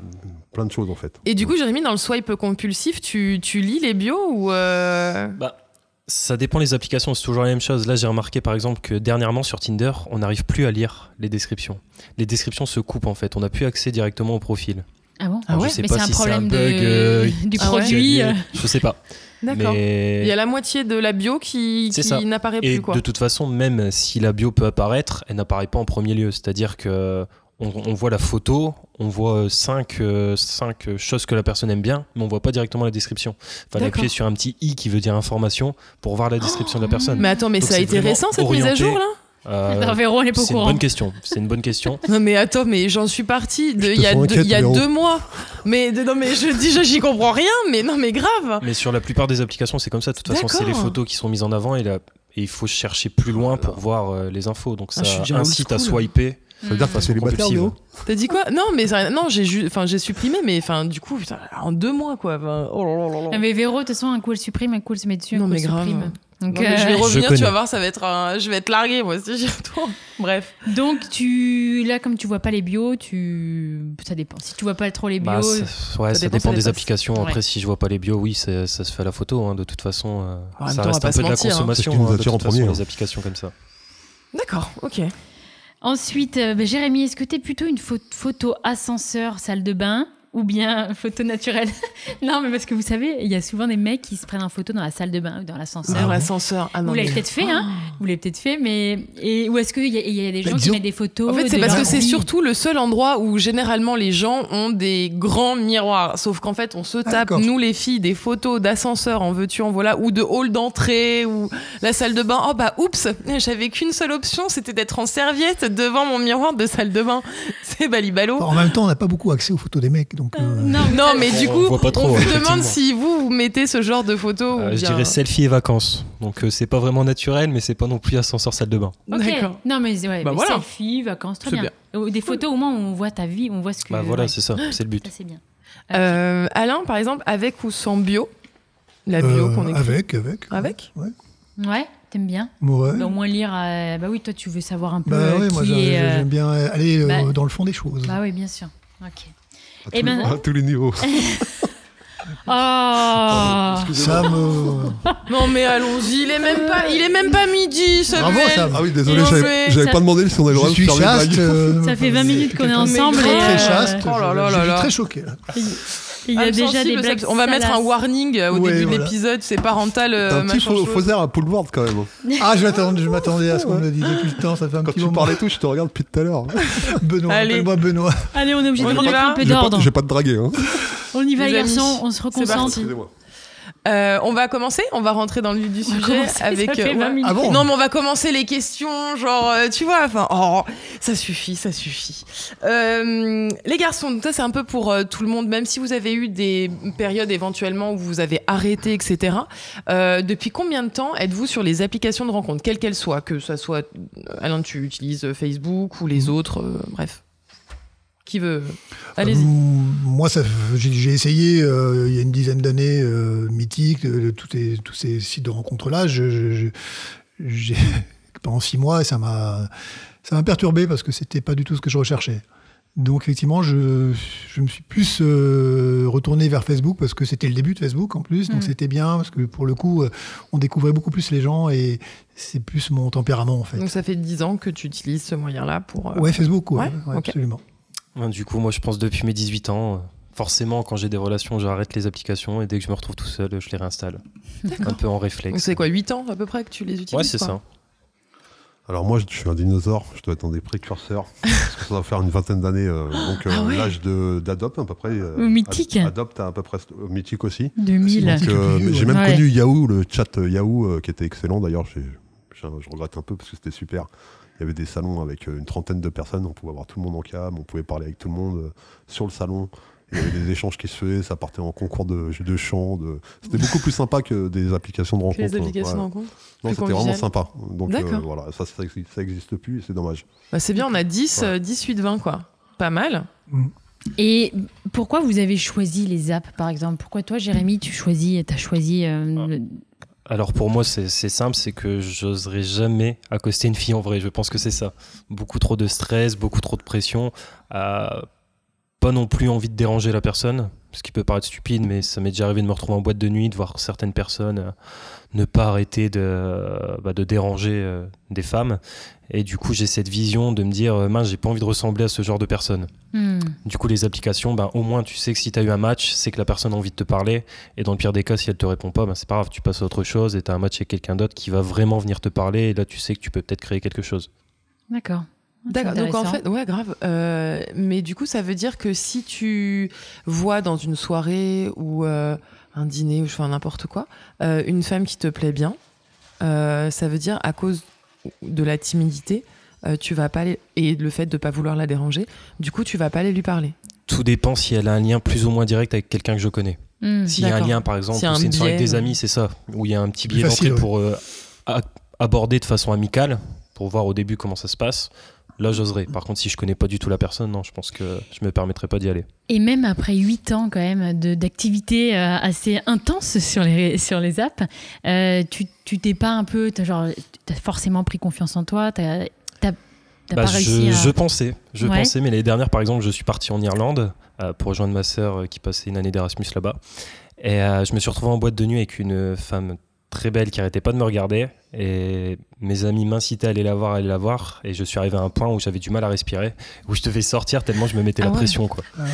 plein de choses en fait.
Et du coup, Jérémy, dans le swipe compulsif, tu, tu lis les bios ou. euh,
Bah, ça dépend les applications, c'est toujours la même chose. Là, j'ai remarqué par exemple que dernièrement sur Tinder, on n'arrive plus à lire les descriptions. Les descriptions se coupent en fait, on n'a plus accès directement au profil.
Ah bon
Alors,
ouais
je sais
Mais
pas
c'est un
si c'est un
problème
bug
de-
euh,
du
qui a
produit,
lieu,
euh.
je sais pas.
D'accord.
Mais
Il y a la moitié de la bio qui,
C'est
qui
ça.
n'apparaît
Et
plus, quoi.
de toute façon, même si la bio peut apparaître, elle n'apparaît pas en premier lieu. C'est-à-dire que on, on voit la photo, on voit 5 choses que la personne aime bien, mais on voit pas directement la description. Enfin,
D'accord. Oh.
appuyer sur un petit i qui veut dire information pour voir la description de la personne.
Mais attends, mais
Donc
ça a
c'est
été
vraiment
récent cette mise à
orienté.
jour là
Euh,
Alors, Véro, on n'est pas au
c'est une
hein.
courant.
bonne question. C'est une bonne question.
Non mais attends, mais j'en suis partie de-
Je te
il y a,
sens
deux, il y a
inquiète, Véro.
deux mois. Mais de- non mais je dis, je- j'y comprends rien. Mais non mais grave.
Mais sur la plupart des applications, c'est comme ça. De toute façon, c'est les
D'accord.
photos qui sont mises en avant et, la- et il faut chercher plus loin pour voir euh, les infos. Donc ça
Ah, je suis déjà old
incite à
school.
swiper.
Ça
Hmm.
veut dire que t'as célibataire,
compulsive.
Léo
T'as dit quoi Non mais ça- non, j'ai ju- enfin j'ai supprimé, mais enfin du coup putain, en deux mois quoi. Enfin, oh là là là là.
Ah, Mais Véro, de toute façon, un coup elle supprime, un coup elle se met dessus, un
Non,
coup
mais
elle
grave.
supprime. Donc,
Non, mais je vais
euh,
revenir, tu
connais.
vas voir, ça va être un- je vais être largué moi si j'y retourne. Bref.
donc tu là comme tu vois pas les bios, tu ça dépend. Si tu vois pas trop les bios,
Bah, ça, ouais,
ça
ça
dépend, ça
dépend, des
dépend.
applications.
Ouais.
Après, si je vois pas les bios, oui, ça, ça se fait à la photo. hein, de toute façon, euh,
Ah, En même
ça
temps, on va
reste
pas
un peu
se
de la
mentir, hein.
consommation.
C'est ce qui nous
hein, de
attire en
toute façon,
premier.
les applications comme ça.
D'accord. Ok.
ensuite euh, bah, Jérémy, est-ce que tu es plutôt une pho- photo ascenseur salle de bain ou bien photo naturelle Non, mais parce que vous savez, il y a souvent des mecs qui se prennent en photo dans la salle de bain ou dans l'ascenseur.
Dans l'ascenseur. Ah non.
Vous l'avez
mais-
peut-être fait, hein Vous l'avez peut-être fait, mais et, ou est-ce qu'il y, a- il y a des
Bah,
gens qui
disons-
mettent Oh, des photos
En fait, c'est
de
parce que
leur
c'est
vie
surtout le seul endroit où généralement les gens ont des grands miroirs. Sauf qu'en fait, on
Ah,
se tape,
d'accord.
nous les filles, des photos d'ascenseurs en veux-tu, en voilà, ou de hall d'entrée, ou la salle de bain. Oh bah, oups, j'avais qu'une seule option, c'était d'être en serviette devant mon miroir de salle de bain. C'est balibalo.
En même temps, on n'a pas beaucoup accès aux photos des mecs, donc. euh,
Non,
Non, mais
On
du coup,
voit pas trop,
on
hein,
vous
effectivement.
demande si vous, vous mettez ce genre de photos.
Euh,
ou
je
Oh, bien-
dirais selfie et vacances. Donc euh, c'est pas vraiment naturel, mais c'est pas non plus ascenseur salle de bain.
Ok.
euh, D'accord.
Non, mais ouais,
Bah
mais
voilà.
selfie, vacances, très
C'est
bien. Ou Des photos au moins où on voit ta vie, on voit ce que.
Bah voilà,
ouais.
c'est ça, c'est le
Ça,
but.
c'est bien.
Euh, Alain, par exemple, avec ou sans bio La bio
euh,
qu'on écrit.
Avec, avec.
Avec
Ouais.
Ouais, t'aimes bien.
Ouais.
Bah, au moins lire. euh, Bah oui, toi, tu veux savoir un peu
Bah
euh,
ouais,
qui
moi j'ai-
est. euh,
j'aime bien aller euh,
bah-
dans le fond des choses.
Bah oui, bien sûr. Ok.
À
Eh
tous-
ben-
À tous les niveaux.
Ah,
Oh
Ça me.
Non mais allons-y, il est même pas, il est même pas midi, ça
Bravo, Sam.
Ah oui, désolé,
Bien
j'avais
joué.
j'avais
Ça-
pas demandé si on avait le droit
Je
de
suis
faire des
chaste.
blagues.
euh,
Ça fait 20 minutes qu'on est
quelqu'un de
ensemble
Mais
et.
grave,
Très
euh,
chaste.
Oh là
je-
là
je
là
suis
là.
très choqué. là.
Oh, Il y a déjà
Sensible
des
au
blagues.
sexe. On va mettre un
salaces.
warning euh, au
Ouais,
début de
voilà.
l'épisode, c'est parental. euh,
T'as un petit
machin
faux,
chose.
faux air à Poulvord quand même. hein.
Ah, je m'attendais, je m'attendais à ce qu'on me le dise depuis le temps. Ça fait un
Quand
petit
tu
moment.
parlais tout, je te regarde depuis tout à l'heure.
Benoît,
Allez.
appelle-moi Benoît.
Allez, on est obligé
On
de
y
remettre
va
un peu
J'ai pas,
d'ordre.
j'ai pas de draguer. Hein.
On y va,
Les
les
amis,
garçons, on se
parti.
reconcentre.
Excusez-moi.
Euh, on va commencer, on va rentrer dans le vif du
On va
sujet
commencer,
avec.
ça fait 20
euh, ouais.
minutes.
Ah bon
Non mais on va commencer les questions, genre euh, tu vois, enfin, oh, ça suffit, ça suffit. Euh, les garçons, donc ça c'est un peu pour euh, tout le monde, même si vous avez eu des périodes éventuellement où vous avez arrêté, etc. euh, depuis combien de temps êtes-vous sur les applications de rencontre, quelles qu'elles soient, que ça soit, euh, Alain, tu utilises euh, Facebook ou les autres, euh, bref. Qui veut
Mm. Euh,
Allez-y.
moi, ça, j'ai, j'ai essayé euh, il y a une dizaine d'années, euh, Mythique, euh, tous, les- tous ces sites de rencontres-là. Je, je- je- j'ai- pendant six mois, ça m'a, ça m'a perturbé parce que c'était pas du tout ce que je recherchais. Donc, effectivement, je, je me suis plus euh, retourné vers Facebook parce que c'était le début de Facebook en plus. Donc,
Mm.
c'était bien parce que pour le coup, euh, on découvrait beaucoup plus les gens et c'est plus mon tempérament en fait.
Donc ça fait 10 ans que tu utilises ce moyen-là pour... euh,
ouais, Facebook, ouais,
ouais,
ouais,
ok.
absolument.
Ouais, Hein, du coup, moi je pense depuis mes 18 ans, euh, forcément quand j'ai des relations, j'arrête les applications et dès que je me retrouve tout seul, je les réinstalle. Un peu en
Donc
réflexe.
c'est quoi, 8 ans à peu près que tu les utilises
Ouais, c'est
quoi
ça.
Alors moi, je suis un dinosaure, je dois être dans des précurseurs, parce que ça doit faire une vingtaine d'années, euh, donc euh,
Ah ouais.
l'âge de- d'Adopt à peu près. euh,
Ou Mythique.
Ad- Adopt à peu près, euh, Mythique aussi.
2000.
C'est bon.
Donc, euh,
Mythique, plus vieux,
j'ai
ouais.
même
Ouais.
connu Yahoo, le chat euh, Yahoo, euh, qui était excellent d'ailleurs, j'ai- j'ai- je regrette un peu parce que c'était super. Il y avait des salons avec euh, une trentaine de personnes, on pouvait avoir tout le monde en cam, on pouvait parler avec tout le monde euh, sur le salon. Il y avait des échanges qui se faisaient, ça partait en concours de jeux de chant. de- C'était beaucoup plus sympa que des applications de
Que
rencontres.
les applications
ouais.
de rencontre
Non,
plus
c'était vraiment
convivial.
sympa. Donc euh,
D'accord.
voilà, ça, ça, exi- ça existe plus et c'est dommage.
Bah, c'est bien, on a 10,
Ouais.
euh, 10, 8, 20, quoi. Pas mal.
Et pourquoi vous avez choisi les apps, par exemple Pourquoi toi, Jérémy, tu choisis, t'as choisi euh,
Ah.
le-
Alors pour moi, c'est c'est simple, c'est que j'oserais jamais accoster une fille en vrai. Je pense que c'est ça. Beaucoup trop de stress, beaucoup trop de pression. euh, pas non plus envie de déranger la personne, ce qui peut paraître stupide, mais ça m'est déjà arrivé de me retrouver en boîte de nuit, de voir certaines personnes euh, ne pas arrêter de, euh, bah, de déranger euh, des femmes. Et du coup, j'ai cette vision de me dire, euh, mince, j'ai pas envie de ressembler à ce genre de personne.
Hmm.
Du coup, les applications, ben, au moins tu sais que si tu as eu un match, c'est que la personne a envie de te parler. Et dans le pire des cas, si elle te répond pas, ben, c'est pas grave, tu passes à autre chose et tu as un match avec quelqu'un d'autre qui va vraiment venir te parler. Et là, tu sais que tu peux peut-être créer quelque chose.
D'accord.
D'accord. Donc en
Ah, Intéressant.
fait, ouais, grave. Euh, mais du coup, ça veut dire que si tu vois dans une soirée ou euh, un dîner ou je fais n'importe quoi, euh, une femme qui te plaît bien, euh, ça veut dire à cause de la timidité, euh, tu vas pas aller, et le fait de pas vouloir la déranger, du coup, tu vas pas aller lui parler.
Tout dépend si elle a un lien plus ou moins direct avec quelqu'un que je connais.
Hmm.
S'il y a un
D'accord.
lien, par exemple,
S'il y a
où
un
c'est une soirée avec
biais,
des
ouais.
amis, c'est ça, où il y a un petit
Plus
billet
facile,
d'entrée
ouais.
pour euh, a- aborder de façon amicale, pour voir au début comment ça se passe. Là, j'oserais. Par contre, si je connais pas du tout la personne, non, je pense que je me permettrais pas d'y aller.
Et même après 8 ans quand même de- d'activité euh, assez intense sur les, sur les apps, euh, tu tu t'es pas un peu, t'as genre, t'as forcément pris confiance en toi, t'as t'as- t'as
Bah,
pas réussi
je,
à...
je pensais, je
Ouais.
pensais, mais l'année dernière, par exemple, je suis parti en Irlande euh, pour rejoindre ma sœur euh, qui passait une année d'Erasmus là-bas. Et euh, je me suis retrouvé en boîte de nuit avec une femme très belle qui arrêtait pas de me regarder. Et mes amis m'incitaient à aller la voir, à aller la voir. Et je suis arrivé à un point où j'avais du mal à respirer, où je devais sortir tellement je me mettais
Ah
la
ouais.
pression. Quoi.
Ah ouais.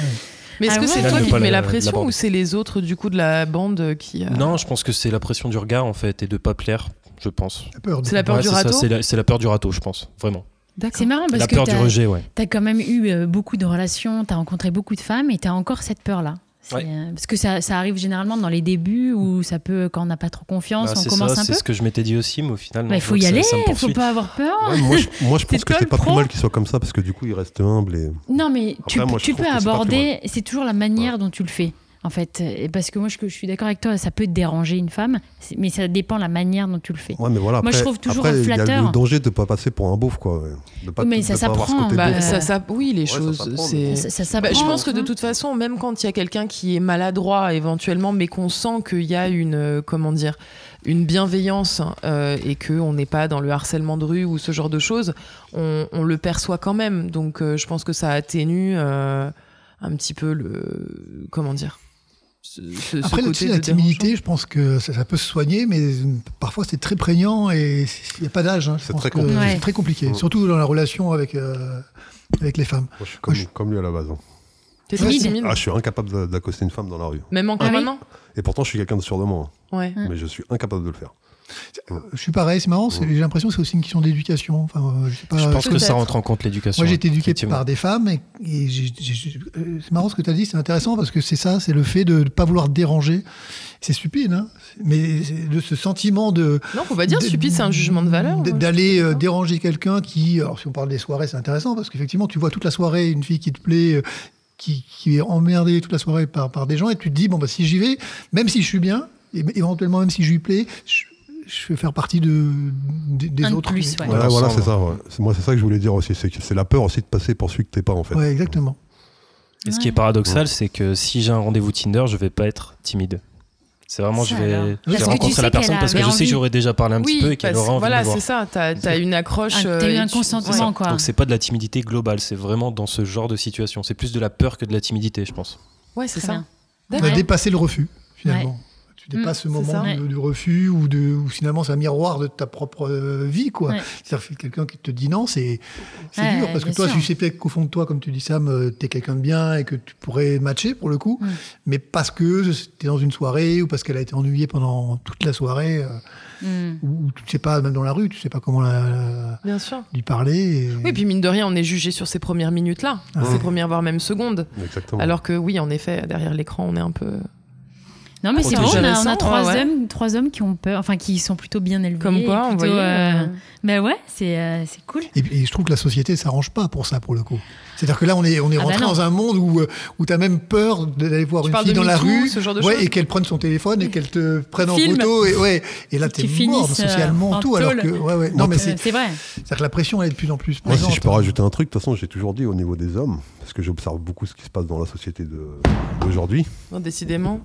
Mais est-ce
Ah
que
ouais.
c'est
Là,
toi
ne
qui te
pas
mets
la-
la pression
l'aborder.
ou c'est les autres du coup de la bande qui euh,
Non, je pense que c'est la pression du regard en fait et de pas plaire, je pense.
la peur. des
C'est la
fois.
peur
Ouais,
du
c'est ça,
râteau
c'est la- c'est la peur du râteau, je pense, vraiment.
D'accord.
C'est marrant parce
la
que
peur du
t'as-
rejet, ouais.
T'as quand même eu euh, beaucoup de relations, t'as rencontré beaucoup de femmes et t'as encore cette peur-là. C'est,
Ouais.
euh, parce que ça, ça arrive généralement dans les débuts où ça peut, quand on n'a pas trop confiance,
Bah,
on
c'est
commence
ça,
un
c'est
peu.
ce que je m'étais dit aussi, mais au final, non,
Bah, il
je
faut
vois
y
que ça-
aller,
ça me
faut
poursuit.
pas avoir
Ah.
peur.
Ouais, moi, je, moi, je pense que
toi
c'est
le
pas plus
pro.
mal qu'il soit comme ça parce que du coup, il reste humble et.
Non, mais tu,
Après, moi, je
tu
trouve
peux
que c'est pas
aborder, c'est toujours la manière dont tu le fais. En fait, Et parce que moi, je, je suis d'accord avec toi, ça peut déranger une femme, c'est- mais ça dépend la manière dont tu le fais.
Ouais, mais voilà.
Moi,
Après,
je trouve toujours
après, il y a
flatteur.
le danger de pas passer pour un beauf, quoi. ouais. De pas,
Oui, mais
de
ça
pas avoir ce
s'apprend,
côté
bah,
beauf,
euh,
quoi.
ça, ça, oui, les
Ouais, ça
choses,
s'apprend,
c'est.
mais
Ça, ça
Bah, je
s'apprend,
pense que de
hein.
toute façon, même quand il y a quelqu'un qui est maladroit éventuellement, mais qu'on sent qu'il y a une, euh, comment dire, une bienveillance euh, et qu'on n'est pas dans le harcèlement de rue ou ce genre de choses, on, on le perçoit quand même. Donc euh, je pense que ça atténue euh, un petit peu le, comment dire, ce, ce- ce
Après,
côté
là-dessus,
de
la
dérangeant.
timidité, je pense que ça, ça peut se soigner, mais euh, parfois c'est très prégnant et il n'y a pas d'âge. hein. Je
C'est
pense
très
que
compliqué.
Ouais.
C'est très compliqué,
Ouais.
surtout dans la relation avec, euh, avec les femmes.
Moi, je suis comme, comme lui à la base. hein.
T'es
timide.
très
Mm.
timide.
Ah, je suis incapable d'a- d'accoster une femme dans la rue.
Même encore
Ah oui
maintenant.
Et pourtant, je suis quelqu'un de sûr de moi.
Ouais.
Mm.
hein. Mais je suis incapable de le faire.
Je suis pareil, c'est marrant, c'est- j'ai l'impression que c'est aussi une question d'éducation. Enfin, euh, je sais pas,
Ah,
Je pense que ça
peut-être.
rentre en compte l'éducation.
Moi, j'ai été éduqué
effectivement.
par des femmes et, et j'ai- j'ai- j'ai- euh, c'est marrant ce que tu as dit, c'est intéressant parce que c'est ça, c'est le fait de ne pas vouloir déranger. C'est stupide, hein, mais c'est de ce sentiment de.
Non, faut pas dire
de-
stupide, c'est un jugement de valeur. hein.
d-
moi, je
D'aller
trouve
euh,
ça.
déranger quelqu'un qui. Alors, si on parle des soirées, c'est intéressant parce qu'effectivement, tu vois toute la soirée une fille qui te plaît. euh, Qui, qui est emmerdée toute la soirée par, par des gens et tu te dis bon bah si j'y vais même si je suis bien et éventuellement même si je lui plais je, je vais faire partie de, des- des
Un de
autres
plus, ouais.
Dans
Ouais, voilà,
l'ensemble.
c'est ça. ouais. C'est- Moi, c'est ça que je voulais dire aussi. C'est que c'est la peur aussi de passer pour celui que t'es pas, en fait.
ouais exactement
Et ce qui est paradoxal, c'est que si j'ai un rendez-vous Tinder, je vais pas être timide. C'est vraiment,
Ça
je vais,
alors.
je vais
Parce que tu
rencontrer
sais
la personne
qu'elle
parce que
avait
je sais
envie.
que j'aurais déjà parlé un petit peu et qu'elle
parce-
aura envie
voilà,
de me voir.
c'est ça. T'as t'as une accroche.
Ah,
euh,
T'as eu
et
un
tu-
consentement, quoi.
Donc c'est pas de la timidité globale, c'est vraiment dans ce genre de situation. C'est plus de la peur que de la timidité, je pense.
Ouais, c'est
Très
ça.
bien.
On
Ouais.
a dépassé le refus, finalement. Tu
Mm,
dépasses ce
c'est
moment
ça.
de-
Ouais.
du refus ou de, ou finalement c'est un miroir de ta propre euh, vie, quoi.
Ouais.
C'est-à-dire que quelqu'un qui te dit non, c'est c'est
Ouais,
dur parce que
bien
toi,
sûr.
tu sais peut-être qu'au fond de toi, comme tu dis Sam, euh, t'es quelqu'un de bien et que tu pourrais matcher pour le coup,
Mm.
mais parce que t'es dans une soirée ou parce qu'elle a été ennuyée pendant toute la soirée euh,
Hmm.
ou, ou tu sais pas, même dans la rue, tu sais pas comment la- la-
Bien sûr.
lui parler. et-
Oui, puis mine de rien, on est jugé sur ces premières minutes-là,
Ah Ouais. Oh.
ces premières voire même secondes.
Exactement.
Alors que oui, en effet, derrière l'écran, on est un peu
Non, mais c'est
Protégé.
bon, on a, on a
Intéressant,
trois,
ouais.
hommes, trois hommes qui ont peur, enfin qui sont plutôt bien élevés.
comme quoi,
et
on
plutôt,
voyait.
euh,
euh,
Ben ouais, c'est euh, c'est cool.
Et, puis, je trouve que la société s'arrange pas pour ça, pour le coup. C'est-à-dire que là, on est, on est
Ah bah
rentré
non.
dans un monde où, euh, où tu as même peur d'aller voir
Tu
une
parles
fille
de
dans la
MeToo,
rue
ce genre de
ouais,
choses
et qu'elle prenne son téléphone et qu'elle te prenne en
Filme.
photo. Et, ouais. et là, tu
Qu'ils
es mort
finissent,
socialement,
euh, en
tout. Alors
tôle.
que, ouais, ouais. Non, mais
Euh,
c'est
C'est vrai.
c'est-à-dire que la pression, elle est de plus en plus
Moi,
présente.
si je peux rajouter un truc, de toute façon, j'ai toujours dit au niveau des hommes, parce que j'observe beaucoup ce qui se passe dans la société de- d'aujourd'hui.
non, décidément,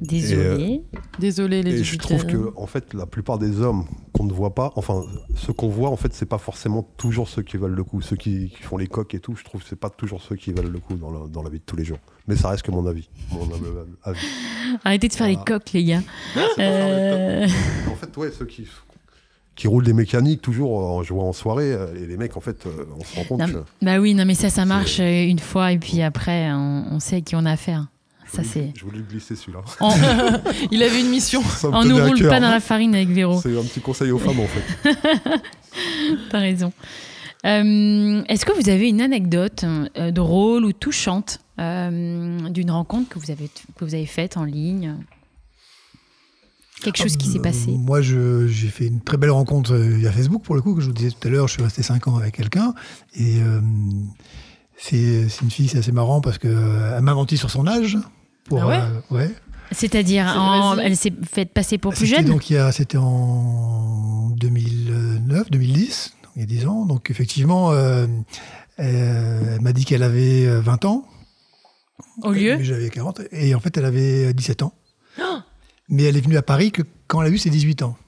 Désolé.
désolé les
Et je trouve
auditeurs.
que, en fait, la plupart des hommes qu'on ne voit pas, enfin, ceux qu'on voit, en fait, c'est pas forcément toujours ceux qui valent le coup. Ceux qui, qui font les coques et tout, je trouve que c'est pas toujours ceux qui valent le coup dans la, dans la vie de tous les jours. Mais ça reste que mon avis. Mon humble avis.
euh,
Arrêtez de faire les
Ah.
Voilà.
coques, les gars. Euh,
En fait, ouais, ceux qui, qui roulent des mécaniques toujours en jouant en soirée, euh, et les mecs, en fait, euh, on se rend compte
Non,
que.
Bah oui, non, mais ça, ça marche euh, une fois et puis après, on, on sait à qui on a affaire.
Je
Ça,
voulais-
c'est.
Je voulais le glisser celui-là.
On,
Il avait une mission.
Ça me
on
tenait
nous
à
roule
cœur.
hein.
Oh. pas dans la farine avec Véro.
C'est un petit conseil aux femmes, en fait.
T'as raison. Euh, Est-ce que vous avez une anecdote euh, drôle ou touchante euh, d'une rencontre que vous avez, que vous avez faite en ligne Quelque chose qui s'est
Euh,
passé
Moi, je- j'ai fait une très belle rencontre euh, via Facebook, pour le coup, que je vous disais tout à l'heure. Je suis resté 5 ans avec quelqu'un. Et euh, c'est c'est une fille, c'est assez marrant parce qu'elle m'a menti sur son âge. Pour,
Ah ouais
euh, ouais.
C'est-à-dire,
C'est-
en-
vas-y.
elle s'est faite passer pour plus
Ah, C'était
jeune
donc il y a- C'était en 2009, 2010, donc il y a 10 ans. Donc effectivement, euh, euh, elle m'a dit qu'elle avait euh, 20 ans.
au lieu
Mais J'avais 40. Et en fait, elle avait euh, 17 ans. mais elle est venue à Paris que quand elle a eu ses 18 ans.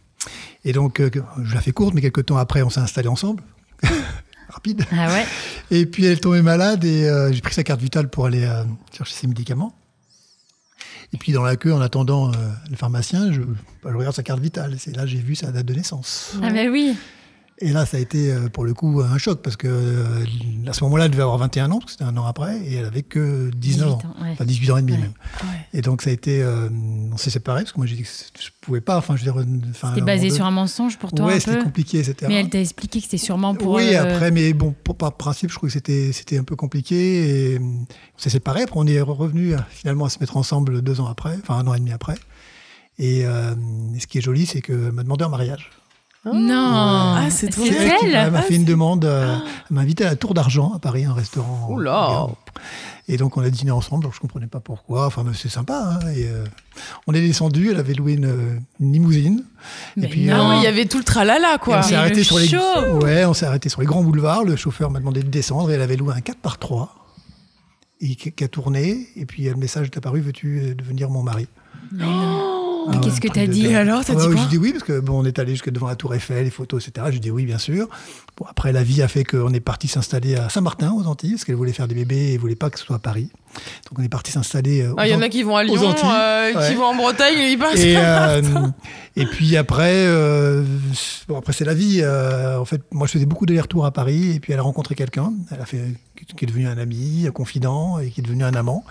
Et donc, euh, que- je la fais courte, mais quelques temps après, on s'est installés ensemble. Rapide.
Ah ouais
Et puis, elle est tombée malade et euh, j'ai pris sa carte vitale pour aller euh, chercher ses médicaments. Et puis, dans la queue, en attendant euh, le pharmacien, je, bah, je regarde sa carte vitale. C'est là j'ai vu sa date de naissance.
Ah bah oui
Et là, ça a été euh, pour le coup un choc parce que euh, à ce moment-là, elle devait avoir 21 ans, parce que c'était un an après, et elle avait que 19 ans.
18 ans, ouais.
Enfin, 18 ans et demi
Ouais.
même. Et donc ça a été, euh, on s'est séparés parce que moi j'ai dit que c'est- je pouvais pas. Enfin, je veux dire, euh, enfin,
C'était
on
basé
de-
sur un mensonge pour toi
Ah, Ouais,
un
c'était
peu
compliqué, etc.
Mais elle t'a expliqué que c'était sûrement pour...
Ah. oui,
euh,
après, mais bon, pour- par principe, je trouve que c'était c'était un peu compliqué. Et, euh, on s'est séparés. Après, on est revenu euh, finalement à se mettre ensemble deux ans après, enfin un an et demi après. Et, euh, et ce qui est joli, c'est qu'elle m'a demandé en mariage.
Non
Ah, c'est trop
C'est
bien.
elle qui
elle
m'a- m'a
Ah,
fait une demande. euh, elle m'a invité à la Tour d'Argent à Paris, un restaurant.
Oh là
Et donc on a dîné ensemble, donc je comprenais pas pourquoi. Enfin, mais c'est sympa. hein, et, euh, on est descendu, elle avait loué une, euh, une limousine.
Mais
et puis
non.
euh,
Ah oui, il y avait tout le tralala,
et on
quoi.
s'est
Mais
arrêté
le
sur les
show
ouais, on s'est arrêté sur les grands boulevards. Le chauffeur m'a demandé de descendre et elle avait loué un 4 par 3 et qui qui a tourné. Et puis euh, le message est apparu veux-tu euh, devenir mon mari
Mais non.
Ah
Mais
ouais,
qu'est-ce que
un
t'as
truc de
dit
dingue.
Et alors, Oh, t'as
Ah
dit
ouais,
quoi
J'ai dit oui, parce que bon, on est allé jusque devant la Tour Eiffel, les photos, etc. J'ai dit oui, bien sûr. Bon, après, la vie a fait qu'on est parti s'installer à Saint-Martin, aux Antilles, parce qu'elle voulait faire des bébés et voulait pas que ce soit à Paris. Donc, on est parti s'installer. euh, aux
Ah, Il y en a
Antilles.
qui vont à Lyon,
Antilles,
euh,
ouais.
qui vont en Bretagne, et ils partent.
Et, euh, et puis après, euh, bon, après c'est la vie. euh, en fait, moi je faisais beaucoup d'allers-retours à Paris et puis elle a rencontré quelqu'un. Elle a fait, qui est devenu un ami, un confident et qui est devenu un amant.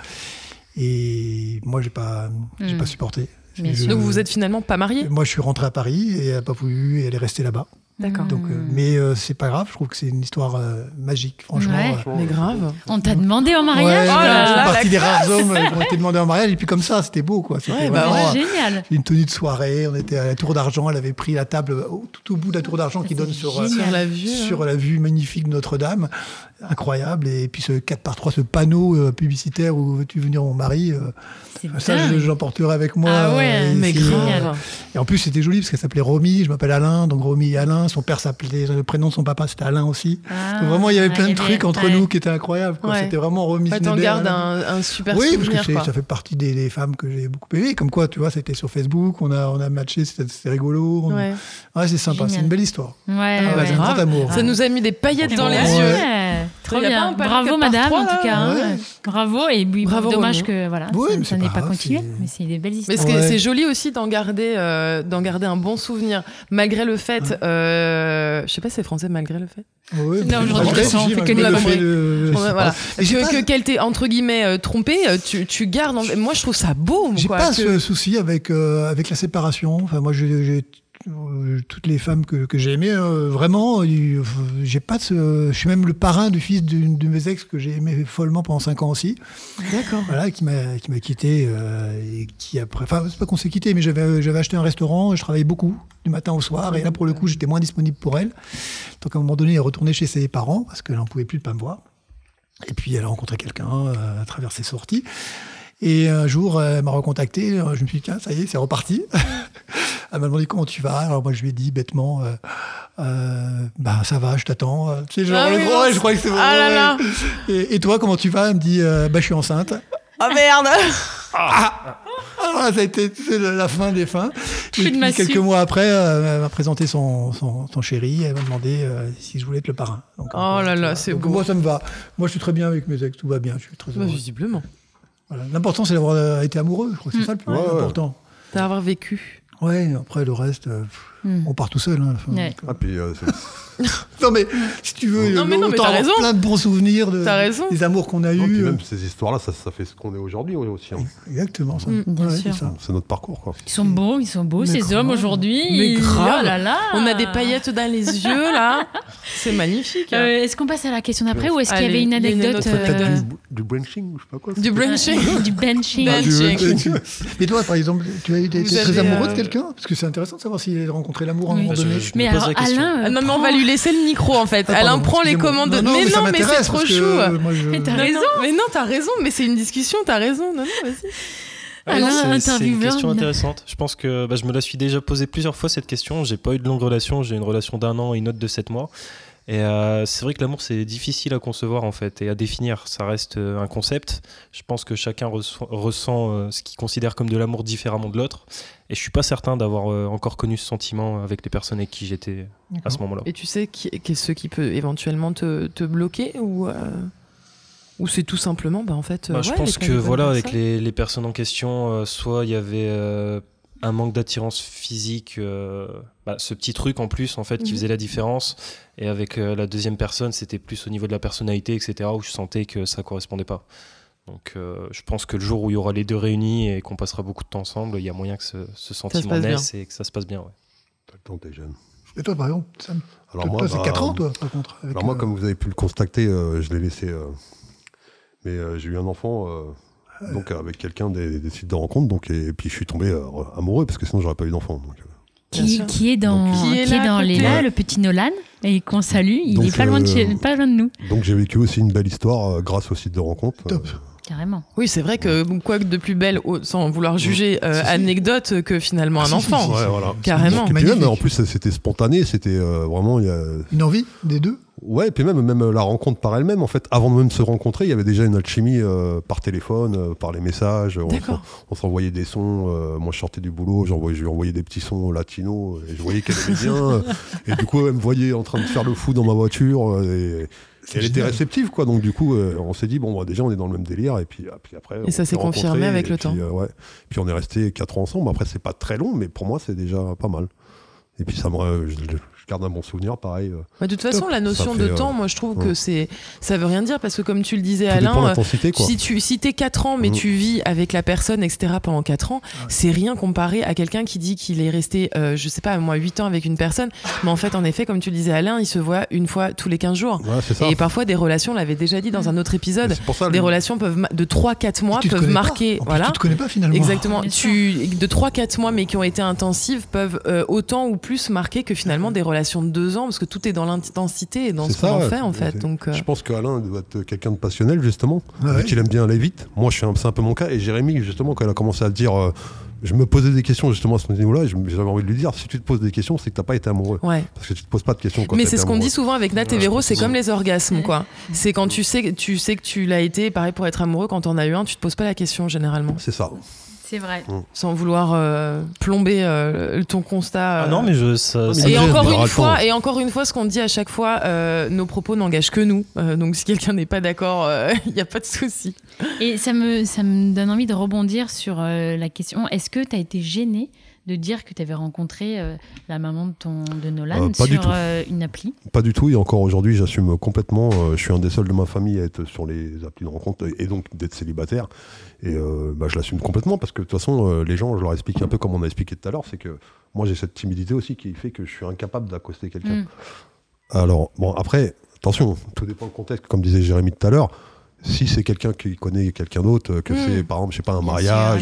Et moi j'ai pas, j'ai
Hmm.
Mm.
pas supporté.
Bien
Je-
sûr.
Donc vous vous êtes finalement pas mariés
Moi je suis rentré à Paris et elle a pas voulu et elle est restée là-bas.
D'accord.
Donc, euh, mais euh, c'est pas grave. Je trouve que c'est une histoire euh, magique, franchement.
Ouais.
euh,
Mais grave.
On t'a demandé en
ouais,
mariage
voilà,
quoi. Ah,
oh là
je
là,
fais
la
partie des rares hommes euh, qui ont été demandés en mariage et puis comme ça c'était beau quoi. C'était
Ouais, bah
Mais
vraiment, euh,
Génial
une tenue de soirée, on était à la Tour d'Argent, elle avait pris la table au- tout au bout de la Tour d'Argent qui
C'est
donne sur, euh,
génial.
Sur la vue. hein.
sur la vue magnifique de Notre-Dame, incroyable, et puis ce 4 par 3 ce panneau euh, publicitaire où veux-tu venir mon mari, euh,
C'est
ça
dingue.
je- j'emporterai avec moi.
Ah ouais,
euh,
Mais
c'est-
Génial.
grave.
Et en plus c'était joli parce qu'elle s'appelait Romy, je m'appelle Alain, donc Romy et Alain, son père s'appelait, le prénom de son papa c'était Alain aussi.
Ah,
Donc vraiment il y avait plein de trucs entre
ouais.
nous qui étaient incroyables, quoi.
Ouais.
c'était vraiment Romy.
Ouais, T'en
Schneider,
gardes
Alain.
un, un super
Oui, parce
souvenir.
que c'est-
quoi.
ça fait partie des, des femmes que j'ai beaucoup aimées. Comme quoi, tu vois, c'était sur Facebook, on a, on a matché, c'était c'était rigolo. on- Ouais,
Ouais. Eh
c'est sympa,
Génial.
c'est une belle histoire.
Ouais,
Ah,
ouais.
c'est un grand amour.
Ça nous a mis des paillettes dans les
Ouais.
yeux.
Ouais, Trop
Il y a pas
bien.
un palais
Bravo
quatre
madame
par
en
trois,
tout cas. hein.
Ouais.
Bravo et oui,
Bravo,
dommage
Romain.
que voilà,
Ouais,
ça-
mais
ça
c'est
n'est
pas
pas
grave,
continué,
c'est-
mais c'est des belles
Mais
histoires.
ce que-
Ouais.
c'est joli aussi d'en garder, euh, d'en garder un bon souvenir, malgré le fait. euh, je sais pas si c'est français, malgré le fait.
Ouais,
Non,
mais-
aujourd'hui,
Après,
ça, on
si,
fait
moi,
que
je
des
me
conneries.
fais le- je
Ouais,
sais
voilà.
pas.
Que,
J'ai pas-
que qu'elle t'ait entre guillemets euh, trompée, euh, tu, tu gardes. en- Moi, je trouve ça beau.
J'ai
quoi,
pas
que-
ce souci avec, euh, avec la séparation. Enfin, moi, j'ai- j'ai euh, toutes les femmes que, que j'ai aimées, euh, vraiment, euh, j'ai pas de ce... Je suis même le parrain du fils d'une de mes ex que j'ai aimé follement pendant 5 ans aussi.
D'accord.
Voilà, qui m'a qui m'a quitté euh, et qui après, enfin c'est pas qu'on s'est quitté, mais j'avais euh, j'avais acheté un restaurant, et je travaillais beaucoup du matin au soir et là pour le coup j'étais moins disponible pour elle. Donc à un moment donné elle est retournée chez ses parents parce qu'elle n'en pouvait plus de pas me voir. Et puis elle a rencontré quelqu'un euh, à travers ses sorties. Et un jour, euh, elle m'a recontacté. euh, Je me suis dit, tiens, ça y est, c'est reparti. elle m'a demandé comment tu vas. Alors, moi, je lui ai dit bêtement, euh, Euh, bah, ça va, je t'attends. Tu sais, genre,
Ah
le
oui,
gros,
mince.
je crois que c'est
Ah là là.
Et, et toi, comment tu vas Elle me dit, euh, bah, je suis enceinte.
Oh merde.
Alors là, Ah, ça a été c'est le- la fin des fins.
Plus de
Et puis,
massue.
quelques mois après, euh, elle m'a présenté son, son, son chéri. Elle m'a demandé euh, si je voulais être le parrain. Donc,
Oh
encore,
là
tu
là,
vois.
c'est
Donc,
beau.
Moi, ça me va. Moi, je suis très bien avec mes ex. Tout va bien. Je suis très
Bah,
heureux.
visiblement.
Voilà. L'important, c'est
Mmh.
d'avoir euh, été amoureux. Je crois que c'est
Mm.
ça le plus
Ouais, ouais.
important.
T'as avoir vécu.
Ouais, après, le reste. euh, pff,
Mm.
on part tout seul. hein. Enfin,
Ouais.
Ah, puis, euh, c'est-
Non, mais si tu veux, euh,
Non, mais non, mais
autant
t'as
avoir
raison.
plein de bons souvenirs, de,
T'as raison.
des amours qu'on a
non, puis
eus. euh,
même ces histoires-là, ça, ça fait ce qu'on est aujourd'hui aussi. hein.
Exactement, ça.
Mm,
bien
Ouais,
sûr.
c'est ça.
C'est notre parcours, quoi.
Ils sont beaux, ils sont beaux,
Mais
ces
grave.
hommes aujourd'hui.
Mais
Ils-
grave.
Oh là là.
On a des paillettes dans les yeux, là. C'est magnifique. hein.
Euh, est-ce qu'on passe à la question d'après ou est-ce qu'il y
Allez,
avait une
il y a une
anecdote
autre
euh,
anecdote.
Du, du branching, ou je sais pas quoi.
du branching.
du benching
Ben-
Ah, tu-
Check.
tu- Mais toi, par exemple, tu as été
Vous
très
avez, euh,
amoureux
Bah,
de quelqu'un Parce que c'est intéressant de savoir s'il a rencontré l'amour à un
Oui.
moment
Bah, Je-
donné.
je me
Mais
pose
alors,
la question.
Alain, euh,
Ah non, mais on
prends-
va lui laisser le micro, en fait.
Ah,
Alain
pardon,
prend les
excusez-moi.
commandes.
Non, non,
mais,
ça
non, mais c'est
m'intéresse,
trop
parce que,
chou.
euh, moi, je-
Mais t'as
Non,
raison.
non, mais non, t'as raison, mais c'est une discussion, t'as raison. Non, non, vas-y.
Ah non,
Alain,
c'est- C'est une
intervieweur,
question
n'a-
intéressante. Je pense que bah, je me la suis déjà posée plusieurs fois cette question. J'ai pas eu de longue relation. J'ai une relation d'un an et une autre de sept mois. Et euh, c'est vrai que l'amour c'est difficile à concevoir en fait et à définir. Ça reste euh, un concept. Je pense que chacun reço- ressent euh, ce qu'il considère comme de l'amour différemment de l'autre. Et je suis pas certain d'avoir euh, encore connu ce sentiment avec les personnes avec qui j'étais à ce moment-là.
Et tu sais qui, qui est ce qui peut éventuellement te, te bloquer ou, euh, ou c'est tout simplement, bah en fait. euh,
Bah, je
ouais,
pense
les
que
bonnes
voilà, avec
personnes.
les, les personnes en question, euh, soit il y avait euh, un manque d'attirance physique, euh, bah, ce petit truc en plus en fait qui
Mhm.
faisait la différence. Et avec euh, la deuxième personne, c'était plus au niveau de la personnalité, etc., où je sentais que ça correspondait pas. Donc euh, je pense que le jour où il y aura les deux réunis et qu'on passera beaucoup de temps ensemble, il y a moyen que ce, ce sentiment
passe bien.
naisse et que ça se passe bien. ouais.
T'as le temps, t'es jeune.
Et toi, par exemple, ça me-
Alors,
toi,
moi,
c'est
bah,
4 ans, toi, par contre. avec,
Alors moi,
euh,
comme vous avez pu le constater, euh, je l'ai laissé. euh, mais euh, j'ai eu un enfant, euh, donc avec quelqu'un des, des sites de rencontre, donc et, puis je suis tombé euh, re- amoureux parce que sinon j'aurais pas eu d'enfant. donc, euh.
Bien
qui,
sûr.
qui est dans,
Donc,
Qui
qui
est
est
là à
dans
côté.
les là,
Ouais.
le petit Nolan, et qu'on salue. Il
Donc,
est pas loin de chez,
euh,
pas loin de nous,
Donc j'ai vécu aussi une belle histoire euh, grâce aux sites de euh. rencontre.
Top.
carrément.
Oui, c'est vrai que bon, quoi que de plus belle, oh, sans vouloir juger, euh,
Si, si.
anecdote que finalement
Ah,
un
si, si,
enfant.
si, si.
Ouais, voilà.
Carrément.
Et puis
Magnifique.
même, en plus c'était spontané, c'était euh, vraiment il y a-
Une envie des deux
ouais. Et puis même même euh, la rencontre par elle-même en fait, avant de même se rencontrer, il y avait déjà une alchimie euh, par téléphone, euh, par les messages. On
D'accord.
s'en- on s'envoyait des sons. euh, moi je sortais du boulot, j'envoyais je lui envoyais des petits sons latinos et je voyais qu'elle aimait bien. euh, et du coup elle me voyait en train de faire le fou dans ma voiture. euh, et,
C'est
Et elle était
génial.
réceptive, quoi. Donc, du coup, euh, on s'est dit, bon, bah, déjà, on est dans le même délire. Et puis, ah, puis après. on
ça s'est
rencontrés,
confirmé avec
et
le
puis,
temps.
euh, ouais. Puis, on est resté 4 ans ensemble. Après, c'est pas très long, mais pour moi, c'est déjà pas mal. Et puis, ça me, euh, je, je garde un bon souvenir, pareil. euh,
Ouais, Bah, de toute façon, la notion
fait,
de
euh,
temps, moi je trouve
ouais.
que c'est ça veut rien dire parce que comme tu le disais,
tout dépend de
Alain, euh,
l'intensité, quoi.
si tu si t'es 4 ans mais
Mm.
tu vis avec la personne etc pendant 4 ans c'est rien comparé à quelqu'un qui dit qu'il est resté euh, je sais pas moi 8 ans avec une personne mais en fait en effet comme tu le disais Alain il se voit une fois tous les 15 jours
Ouais, c'est ça.
et parfois des relations on l'avait déjà dit dans un autre
Mais
épisode
c'est pour ça,
des
le-
relations euh. peuvent ma- de 3 4 mois
Tu te
peuvent
connais pas.
marquer
En plus,
voilà
Tu te connais pas finalement.
Exactement.
Bien
Tu, de 3-4 mois, mais qui ont été intensives, peuvent euh, autant ou plus marquer que finalement des relations de 2 ans, parce que tout est dans l'intensité et dans
C'est
ce qu'on
ça,
en
ouais.
fait, en fait.
C'est-
Donc, euh,
Je pense qu'Alain doit être quelqu'un de passionnel, justement.
Ah Ouais,
vu
ouais.
qu'il aime bien aller vite. Moi, je suis un, c'est un peu mon cas. Et Jérémy, justement, quand elle a commencé à dire. euh, je me posais des questions justement à ce niveau-là, et je- j'avais envie de lui dire si tu te poses des questions, c'est que t'as pas été amoureux.
ouais.
Parce que tu te poses pas de questions quand
Mais
t'as
c'est
été
ce qu'on
amoureux.
dit souvent avec Nat et
Ouais,
Véro,
je pense
c'est
que
comme
c'est
les orgasmes, quoi. C'est quand tu sais, tu sais que tu l'as été, pareil pour être amoureux, quand t'en as eu un, tu te poses pas la question généralement,
C'est ça.
C'est vrai.
sans vouloir euh, plomber euh, ton constat. euh,
Ah non, mais je, ça,
mais
ça
il
Et
me
Objet
encore,
gêne.
libéral,
une fois,
quoi.
et encore une fois, ce qu'on dit à chaque fois, euh, nos propos n'engagent que nous. Euh, donc si quelqu'un n'est pas d'accord, euh, il n'y a pas de souci.
Et ça me, ça me donne envie de rebondir sur euh, la question est-ce que tu as été gêné de dire que tu avais rencontré euh, la maman de, ton, de Nolan
Euh, pas du
sur
tout.
euh, une appli
Pas du tout, et encore aujourd'hui, j'assume complètement. euh, je suis un des seuls de ma famille à être sur les applis de rencontre et donc d'être célibataire. Et euh, bah, je l'assume complètement parce que de toute façon, euh, les gens, je leur explique un peu comme on a expliqué tout à l'heure, c'est que moi j'ai cette timidité aussi qui fait que je suis incapable d'accoster quelqu'un.
Mm.
Alors, bon, après, attention, tout dépend du contexte, comme disait Jérémy tout à l'heure. Si c'est quelqu'un qui connaît quelqu'un d'autre, euh, que
Mm.
c'est par exemple, je sais pas, un
Hmm. Bien
mariage,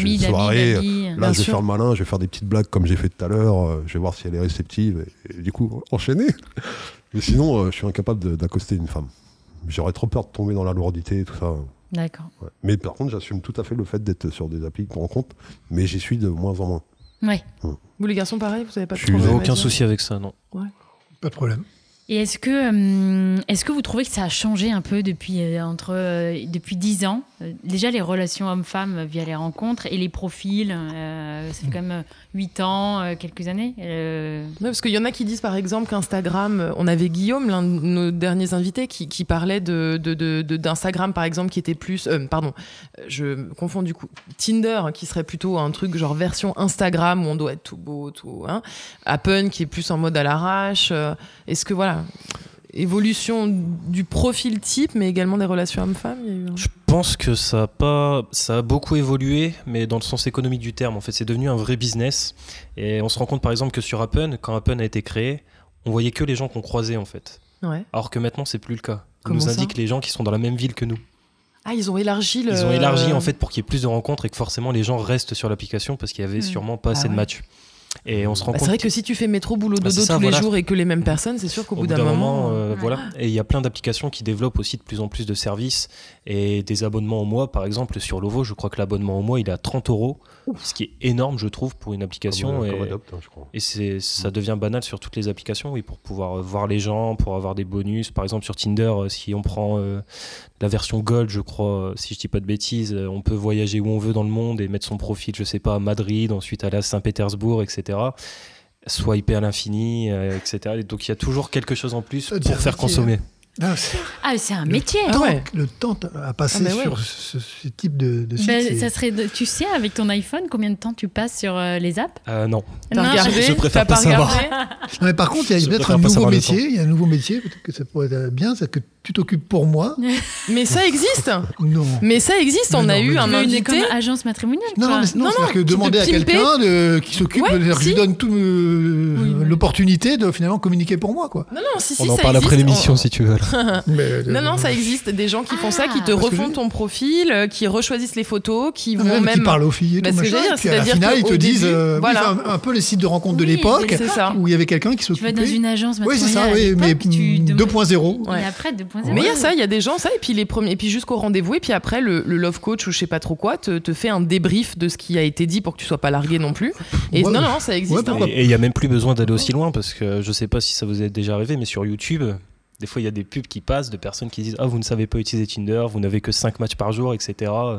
sûr, ami
une
d'ami
soirée,
d'ami.
Là,
Bien
je vais
sûr.
faire le malin, je vais faire des petites blagues comme j'ai fait tout à l'heure. euh, je vais voir si elle est réceptive. Et, et du coup, enchaîner. Mais sinon, euh, je suis incapable de- d'accoster une femme. J'aurais trop peur de tomber dans la lourdité et tout ça.
D'accord.
ouais. Mais par contre, j'assume tout à fait le fait d'être sur des applis de rencontre, mais j'y suis de moins en moins.
Ouais.
Vous les garçons, pareil, vous n'avez pas de
Je suis
J'ai
problème à
aucun
dire
souci avec ça, non.
Pas de problème.
Et est-ce que, hum, est-ce que vous trouvez que ça a changé un peu depuis, euh, entre, euh, depuis 10 ans Euh, Déjà, les relations hommes-femmes euh, via les rencontres et les profils, euh, ça fait quand même 8 ans, euh, quelques années. euh,
Ouais, parce qu'il y en a qui disent par exemple qu'Instagram, euh, on avait Guillaume, l'un de nos derniers invités, qui, qui parlait de, de- de- de- d'Instagram par exemple qui était plus, euh, pardon, euh, je me confonds du coup, Tinder qui serait plutôt un truc genre version Instagram où on doit être tout beau, tout, hein, Appen qui est plus en mode à l'arrache. euh, Est-ce que voilà, évolution du profil type, mais également des relations hommes-femmes. il y a eu un-
Je pense que ça a pas, ça a beaucoup évolué, mais dans le sens économique du terme. En fait, c'est devenu un vrai business. Et on se rend compte, par exemple, que sur Appen, quand Appen a été créé, on voyait que les gens qu'on croisait, en fait.
Ouais.
Alors que maintenant, c'est plus le cas. On
Comment
nous
ça
indique les gens qui sont dans la même ville que nous.
Ah, ils ont élargi le.
Ils ont élargi en fait pour qu'il y ait plus de rencontres et que forcément les gens restent sur l'application parce qu'il y avait
Mm.
sûrement pas
Ah
assez
ouais.
de matchs. Et on se rend
Bah, c'est
compte
vrai que si tu fais métro, boulot,
Bah,
dodo
c'est ça,
tous les
voilà.
jours et que les mêmes personnes, c'est sûr qu'au bout d'un moment. euh,
euh, voilà. Et il y a plein d'applications qui développent aussi de plus en plus de services et des abonnements au mois. Par exemple, sur Lovo, je crois que l'abonnement au mois, il est à 30 euros, ce qui est énorme, je trouve, pour une application.
Comme, euh,
et-
comme Adopt, hein, je crois.
et c'est,
Mm.
ça devient banal sur toutes les applications, oui, pour pouvoir euh, voir les gens, pour avoir des bonus. Par exemple, sur Tinder, euh, si on prend euh, la version Gold, je crois, euh, si je dis pas de bêtises, euh, on peut voyager où on veut dans le monde et mettre son profil, je sais pas, à Madrid, ensuite aller à Saint-Pétersbourg, etc. Swiper à l'infini, euh, etc. Et donc il y a toujours quelque chose en plus
Ça
pour
devient
faire
un métier,
consommer.
Ah, c'est-
Ah, c'est un
Le-
métier
Ah ouais.
Le temps t- à
Ah,
passer
mais ouais. Bah,
sur ce, ce type de, de site.
Ben,
c'est-
ça serait de- tu sais, avec ton iPhone, combien de temps tu passes sur euh, les apps
Euh, non,
T'as regardé
je préfère
T'as
pas
pas
savoir.
regardé
Non, mais par contre, il y
Je
a peut-être
préfère
un
pas
nouveau
savoir le
métier. Il y a un nouveau métier, peut-être que ça pourrait être bien, c'est que tu t'occupes pour moi.
Mais ça existe
Non.
Mais ça existe, on
Mais
a
non,
eu
mais
un
Une- comme
invité.
agence matrimoniale
Non,
quoi.
non, mais non,
Non,
c'est-à-dire que
non,
demander à
tu peux pimper.
quelqu'un de- qui s'occupe,
Ouais,
c'est-à-dire qui
si.
donne tout euh,
Oui, oui.
l'opportunité de finalement communiquer pour moi, quoi.
Non, non, si, si,
on en
ça
parle après
existe.
l'émission
On-
si tu veux.
Mais,
Ah. Non,
euh,
non, ça existe. Des gens qui font ça, qui te
Ah.
Parce que
refont
j'ai-
ton profil, euh, qui rechoisissent les photos, qui
non,
vont
même qui
même.
parlent aux filles et
Bah,
tout,
ce que je veux
machin,
dire,
et puis à la
c'est-à-dire
finale,
qu'au
ils te
début,
disent, euh, oui,
voilà.
enfin, un, un peu les sites de rencontres de
Oui,
l'époque,
C'est ça.
où il y avait quelqu'un qui
Tu vas dans une
s'occupait.
agence
Oui,
matrimoniale.
c'est ça,
à
oui, mais
l'époque, tu demandes-
2.0.
Ouais.
Et après, 2.0.
Mais il y a ça, il y a des gens ça, et puis les premiers, et puis jusqu'au rendez-vous, et puis après le, le love coach ou je sais pas trop quoi te, te fait un débrief de ce qui a été dit pour que tu sois pas largué non plus. Et
Ouais.
non, non, ça existe.
Ouais,
hein.
pourquoi
Et il n'y a même plus besoin d'aller aussi loin parce que je sais pas si ça vous est déjà arrivé, mais sur YouTube, des fois il y a des pubs qui passent de personnes qui disent Ah, vous ne savez pas utiliser Tinder, vous n'avez que 5 matchs par jour, etc.
Ouais.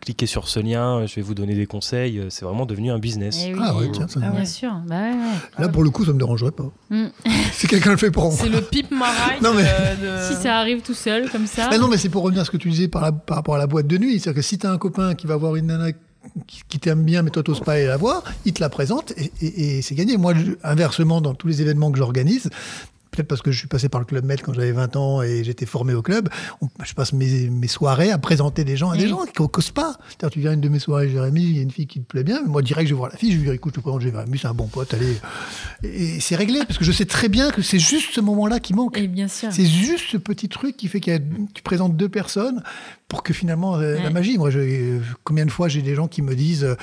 Cliquez sur ce lien, je vais vous donner des conseils. euh, C'est vraiment devenu un business.
Eh oui,
Ah ouais, tiens, ça-
Ah ouais.
Bien sûr. Bah ouais, ouais.
Là, pour le coup, ça me dérangerait pas.
Mm.
si quelqu'un le fait pour moi.
C'est le pipe maraille.
Non, mais-
de- de-
Si ça arrive tout seul, comme ça.
Ah non, mais c'est pour revenir à ce que tu disais par, la- par rapport à la boîte de nuit. C'est-à-dire que si t'as un copain qui va voir une nana qui, qui t'aime bien, mais toi t'oses pas aller la voir, il te la présente et, et- et c'est gagné. Moi, je- inversement, dans tous les événements que j'organise, peut-être parce que je suis passé par le Club Med quand j'avais 20 ans et j'étais formé au club, on- je passe mes, mes soirées à présenter des gens à des
Oui.
gens qui n'osent pas. C'est-à-dire, tu viens à une de mes soirées, Jérémy, il y a une fille qui te plaît bien, mais moi, direct, je vais voir la fille, je lui dis, écoute, je te présente Jérémy, c'est un bon pote, allez. Et c'est réglé, parce que je sais très bien que c'est juste ce moment-là qui manque.
Et bien sûr.
C'est juste ce petit truc qui fait que tu présentes deux personnes pour que finalement euh,
Ouais.
la magie. Moi, je- euh, combien de fois j'ai des gens qui me disent euh,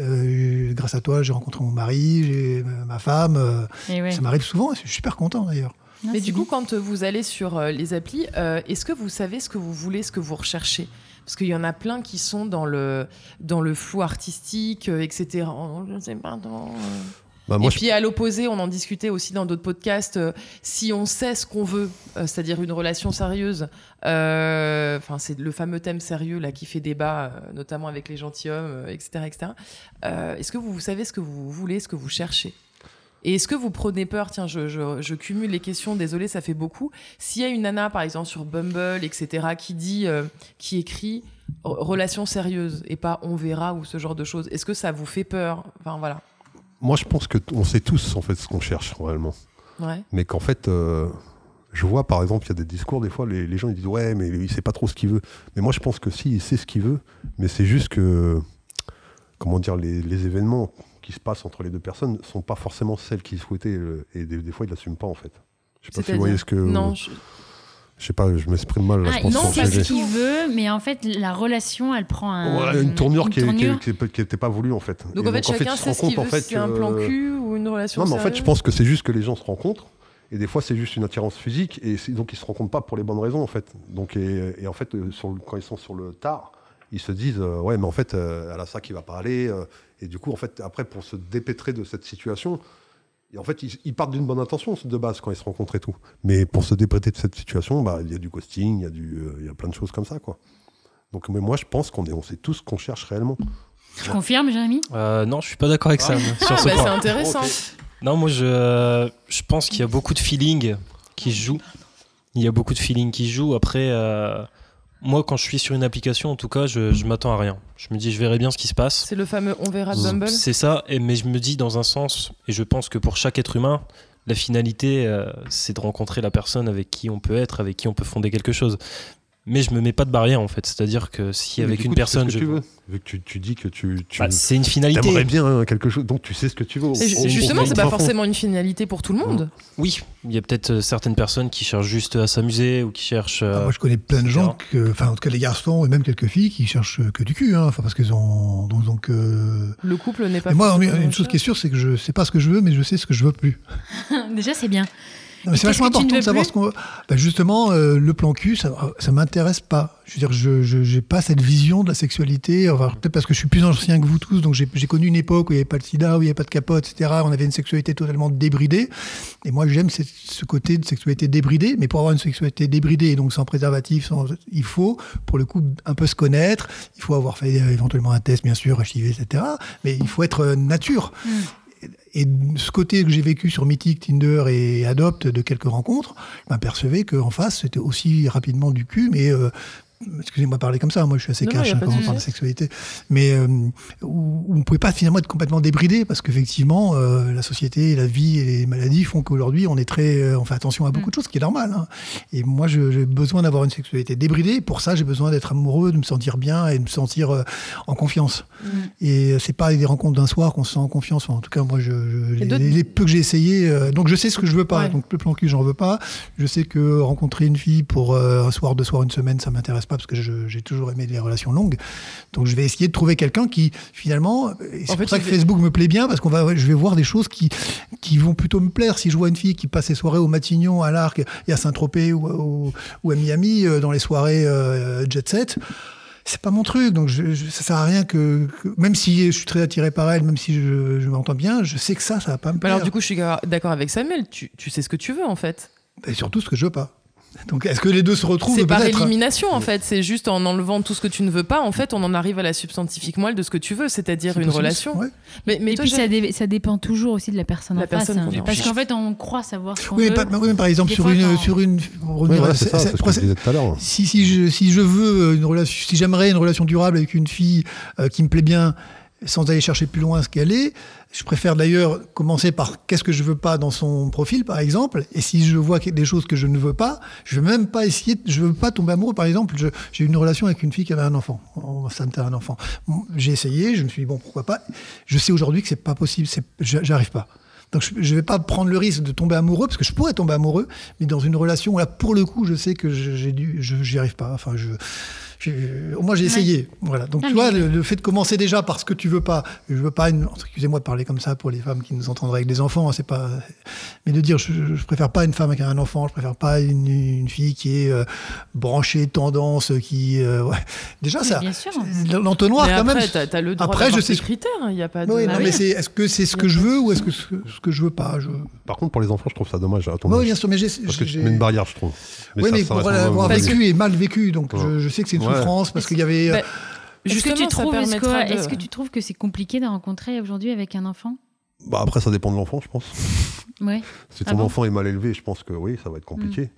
euh, grâce à toi, j'ai rencontré mon mari, j'ai euh, ma femme. euh,
Eh ouais.
Ça m'arrive souvent. et Je suis super content d'ailleurs.
Non, Ah,
Mais
c'est
du coup, quand euh, vous allez sur euh, les applis, euh, est-ce que vous savez ce que vous voulez, ce que vous recherchez Parce qu'il y en a plein qui sont dans le, dans le flou artistique, euh, etc. Oh, je ne sais pas. non, euh.
Bah, moi,
Et puis à l'opposé, on en discutait aussi dans d'autres podcasts, euh, si on sait ce qu'on veut, euh, c'est-à-dire une relation sérieuse, euh, enfin c'est le fameux thème sérieux là qui fait débat, euh, notamment avec les gentilshommes, euh, etc. etc. Euh, est-ce que vous, vous savez ce que vous voulez, ce que vous cherchez et est-ce que vous prenez peur Tiens, je, je- je cumule les questions, désolé, ça fait beaucoup. S'il y a une nana, par exemple, sur Bumble, etc., qui dit, euh, qui écrit r- relation sérieuse et pas on verra ou ce genre de choses, est-ce que ça vous fait peur Enfin voilà.
moi, je pense que t- on sait tous en fait ce qu'on cherche réellement.
Ouais.
mais qu'en fait, euh, je vois par exemple, il y a des discours, des fois, les, les gens ils disent Ouais, mais il sait pas trop ce qu'il veut. Mais moi, je pense que si, il sait ce qu'il veut, mais c'est juste que, comment dire, les, les événements qui se passent entre les deux personnes sont pas forcément celles qu'il souhaitait, euh, et des, des fois, il l'assume pas en fait. Je sais pas si vous
C'est-à-dire
voyez ce que.
Non, je-
Je sais pas, je m'exprime mal, là,
Ah,
je pense,
il
non,
sur
sait
le
parce
ce
sujet.
que-
qu'il veut, mais en fait, la relation, elle prend un-
Ouais, une tournure qui n'était
tournure.
pas voulue en fait.
Donc
Et
en fait, chacun
il se
sait
rend
ce qu'il
compte, en
veut,
fait, euh,
si c'est un
que-
euh,
plan cul ou une relation
Non, mais en fait, je pense que c'est juste que les gens se rencontrent. Et des fois, c'est juste une attirance physique. Et c'est- donc, ils se rencontrent pas pour les bonnes raisons, en fait. Donc, et, et en fait, euh, sur le- quand ils sont sur le tard, ils se disent euh, Ouais, mais en fait, euh, elle a ça qui va pas aller. euh. et du coup, en fait, après, pour se dépêtrer de cette situation, il Et en fait, ils, ils partent d'une bonne intention de base quand ils se rencontrent et tout. Mais pour se déprêter de cette situation, bah, il y a du ghosting, il y, a du, euh, il y a plein de choses comme ça. Quoi. Donc mais moi, je pense qu'on est, on sait tous ce qu'on cherche réellement.
Tu confirmes, Jérémy
Euh, non, je suis pas d'accord avec Sam sur
Ah,
ce
bah, c'est
point.
intéressant.
Ok.
Non, moi je, je pense qu'il y a beaucoup de feeling qui se joue. Il y a beaucoup de feeling qui se joue. Après, euh, moi quand je suis sur une application, en tout cas, je, je m'attends à rien. Je me dis, je verrai bien ce qui se passe.
C'est le fameux on verra de Bumble.
C'est ça, et, mais je me dis dans un sens, et je pense que pour chaque être humain, la finalité, euh, c'est de rencontrer la personne avec qui on peut être, avec qui on peut fonder quelque chose. Mais je me mets pas de barrière en fait, c'est-à-dire que si
Mais
avec
du
une
coup, tu sais ce
personne,
que
je...
tu veux. Vu que tu, tu dis que tu, tu
Bah, c'est une finalité.
aimerais bien hein, quelque chose, donc tu sais ce que tu veux.
Et ju-
c'est-
justement,
c'est-
c'est pas forcément une finalité pour tout le monde.
Oui, il y a peut-être euh, certaines personnes qui cherchent juste à s'amuser ou qui cherchent. euh,
Ah, moi, je connais plein de gens, que- enfin, en tout cas, les garçons et même quelques filles qui cherchent que du cul, hein, enfin, parce qu'ils ont. Donc. donc, euh,
Le couple n'est pas.
mais moi,
forcément
une chose qui est sûre, c'est que je sais pas ce que je veux, mais je sais ce que je veux plus.
Déjà, c'est bien.
Non, mais c'est
Qu'est-ce
vachement
que tu ne
important
veux
de savoir
plus
ce qu'on veut. Bah, justement, euh, le plan cul, ça, ça m'intéresse pas. Je veux dire, je- je j'ai pas cette vision de la sexualité. Enfin, Peut-être parce que je suis plus ancien que vous tous, donc j'ai j'ai connu une époque où il n'y avait pas le sida, où il n'y avait pas de capote, etc. On avait une sexualité totalement débridée. Et moi, j'aime cette- ce côté de sexualité débridée. Mais pour avoir une sexualité débridée, et donc sans préservatif, sans, il faut, pour le coup, un peu se connaître. Il faut avoir fait euh, éventuellement un test, bien sûr, HIV, etc. Mais il faut être euh, nature. Et ce côté que j'ai vécu sur Mythic, Tinder et Adopt de quelques rencontres, je m'apercevais qu'en face, c'était aussi rapidement du cul, mais. euh, Excusez-moi de parler comme ça, moi je suis assez
Non, non,
cash
y a
hein,
pas de
quand on
souci.
parle de sexualité, mais euh, où, où on ne pouvait pas finalement être complètement débridé parce qu'effectivement euh, la société, la vie et les maladies font qu'aujourd'hui on est très, euh, on fait attention à
Mm.
beaucoup de choses, ce qui est normal. hein. Et moi je- j'ai besoin d'avoir une sexualité débridée, pour ça j'ai besoin d'être amoureux, de me sentir bien et de me sentir euh, en confiance. Et euh, c'est pas avec des rencontres d'un soir qu'on se sent en confiance. Enfin, en tout cas, moi, je, je- les,
d'autres-
les peu que j'ai essayé, euh, donc je sais ce que je veux pas.
Ouais.
Donc le plan cul, j'en veux pas. Je sais que rencontrer une fille pour euh, un soir, deux soirs, une semaine, ça m'intéresse pas parce que je- j'ai toujours aimé les relations longues. Donc je vais essayer de trouver quelqu'un qui finalement. et C'est
En
pour
fait,
ça
il
que
fait-
Facebook me plaît bien parce qu'on va, ouais, je vais voir des choses qui qui vont plutôt me plaire. Si je vois une fille qui passe ses soirées au Matignon, à l'Arc, et à Saint-Tropez ou, ou- ou à Miami euh, dans les soirées euh, jet set c'est pas mon truc, donc je, je- ça sert à rien que, que- même si je suis très attiré par elle, même si je, je m'entends bien, je sais que ça, ça va pas me
Bah
plaire.
alors du coup, je suis d'accord avec Samuel. Tu, tu sais ce que tu veux en fait.
Et surtout ce que je veux pas. Donc est-ce que les deux se retrouvent
C'est par
peut-être
élimination en fait. C'est juste en enlevant tout ce que tu ne veux pas. En fait, on en arrive à la substantifique moelle de ce que tu veux, c'est-à-dire
C'est
une
possible,
relation.
ouais.
Mais, mais
et
toi,
puis
Jacques-
ça, dé- ça dépend toujours aussi de la personne
La
en face.
personne qu'on
hein.
est.
Parce qu'en fait, on croit savoir ce qu'on
Oui, mais
veut.
par, oui, mais par exemple,
Des
sur
fois,
une,
quand-
sur une. pour
Ouais,
revenir à-
voilà, c'est ça, c'est ce que je disais tout à l'heure.
si, si, je, si je veux une relation, si j'aimerais une relation durable avec une fille euh, qui me plaît bien, sans aller chercher plus loin ce qu'elle est, je préfère d'ailleurs commencer par qu'est-ce que je veux pas dans son profil, par exemple. Et si je vois que- des choses que je ne veux pas, je vais même pas essayer, de- je veux pas tomber amoureux. Par exemple, je- j'ai eu une relation avec une fille qui avait un enfant. Oh, ça me fait un enfant. Bon, J'ai essayé, je me suis dit bon, pourquoi pas. Je sais aujourd'hui que c'est pas possible, c'est- j'a- j'arrive pas. Donc je- je ne vais pas prendre le risque de tomber amoureux, parce que je pourrais tomber amoureux, mais dans une relation où là, pour le coup, je sais que je- j'ai dû, je j'y arrive pas. Enfin, je, je- au moins j'ai essayé. Voilà. Donc
Ah,
tu
mais-
vois, le, le fait de commencer déjà par ce que tu veux pas, je veux pas une, excusez-moi de parler comme ça pour les femmes qui nous entendraient avec des enfants, hein, c'est pas, mais de dire je, je préfère pas une femme avec un enfant, je préfère pas une, une fille qui est euh, branchée tendance, qui, euh, ouais. déjà
Mais
ça,
bien sûr.
l'entonnoir
Mais
quand
après,
même.
t'as- t'as le droit
Après,
d'avoir
je sais
tes
ce-
critères. hein. Il y a pas de.
Oui,
Bah
non,
oui.
mais c'est, est-ce que c'est ce que je veux ou est-ce que ce, ce que je veux pas je...
Par contre, pour les enfants, je trouve ça dommage à ton
Oui,
âge.
bien sûr, mais j'ai.
Parce que tu te
j'ai-
mets une barrière, je trouve.
oui,
ça,
mais
ça
pour
reste un
l'avoir
mauvais
vécu et mal vécu, donc
Ouais.
je, je sais que c'est une
Ouais.
souffrance parce qu'il y avait.
Bah,
euh,
Est-ce que,
Justement,
tu
ça
trouves, est-ce,
permettra
que,
de-
est-ce que tu trouves que c'est compliqué de rencontrer aujourd'hui avec un enfant
Bah après, ça dépend de l'enfant, je pense.
Ouais.
Si
Ah
ton
bon Hmm.
enfant est mal élevé, je pense que oui, ça va être compliqué.